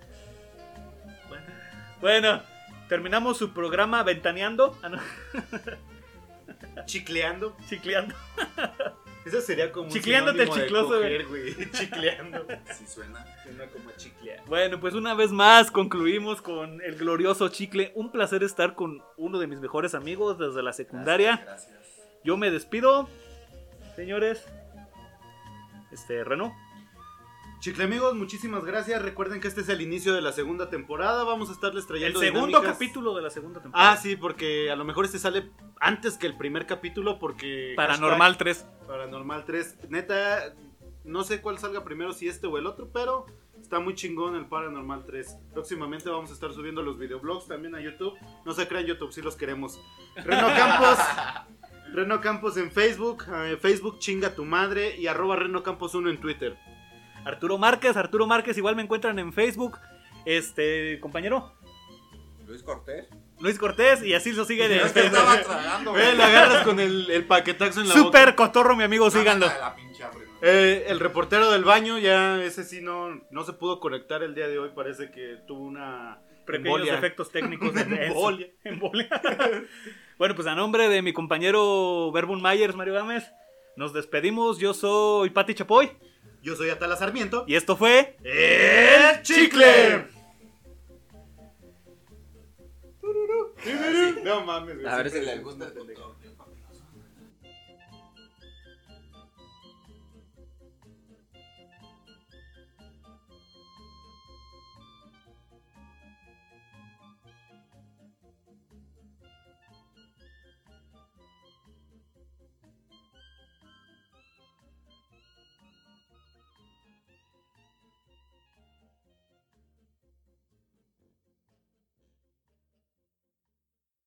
Bueno, terminamos su programa ventaneando. Ah, no,
chicleando.
chicleando.
Eso sería como... un
Chicleándote el
sinónimo de
chicloso,
coger, güey. Chicleando.
Si suena.
Suena como a chiclear.
Bueno, pues una vez más concluimos con el glorioso chicle. Un placer estar con uno de mis mejores amigos desde la secundaria.
Gracias.
Yo me despido, señores. Este, Reno.
Chicle amigos, muchísimas gracias. Recuerden que este es el inicio de la segunda temporada. Vamos a estarles
El
trayendo
segundo
dinámicas.
capítulo de la segunda temporada.
Ah, sí, porque a lo mejor este sale antes que el primer capítulo porque
Paranormal 3.
hashtag Paranormal 3. Neta no sé cuál salga primero, si este o el otro, pero está muy chingón el Paranormal 3. Próximamente vamos a estar subiendo los videoblogs también a YouTube. No se crean YouTube, sí los queremos. Reno Campos. Reno Campos en Facebook, eh, Facebook chinga tu madre y arroba Reno Campos 1 en Twitter.
Arturo Márquez, Arturo Márquez, igual me encuentran en Facebook. Este, compañero,
Luis Cortés.
Luis Cortés, y así lo sigue de. este
Es que estaba tragando,
Güey, la agarras con el, el paquetazo en la boca.
Super cotorro, mi amigo, síganlo.
De la pinche hambre, ¿no?
Eh, el reportero del baño, ya ese sí no, no se pudo conectar el día de hoy. Parece que tuvo una
Pequeños
embolia.
efectos técnicos en
Embolia.
Embolia. bueno, pues a nombre de mi compañero Verbun Myers, Mario Gámez, nos despedimos. Yo soy Pati Chapoy
Yo soy Atala Sarmiento.
y esto fue.
¡El chicle! No mames, güey.
A ver si
siempre
les
es
gusta
una
el
pendeja.
doctor.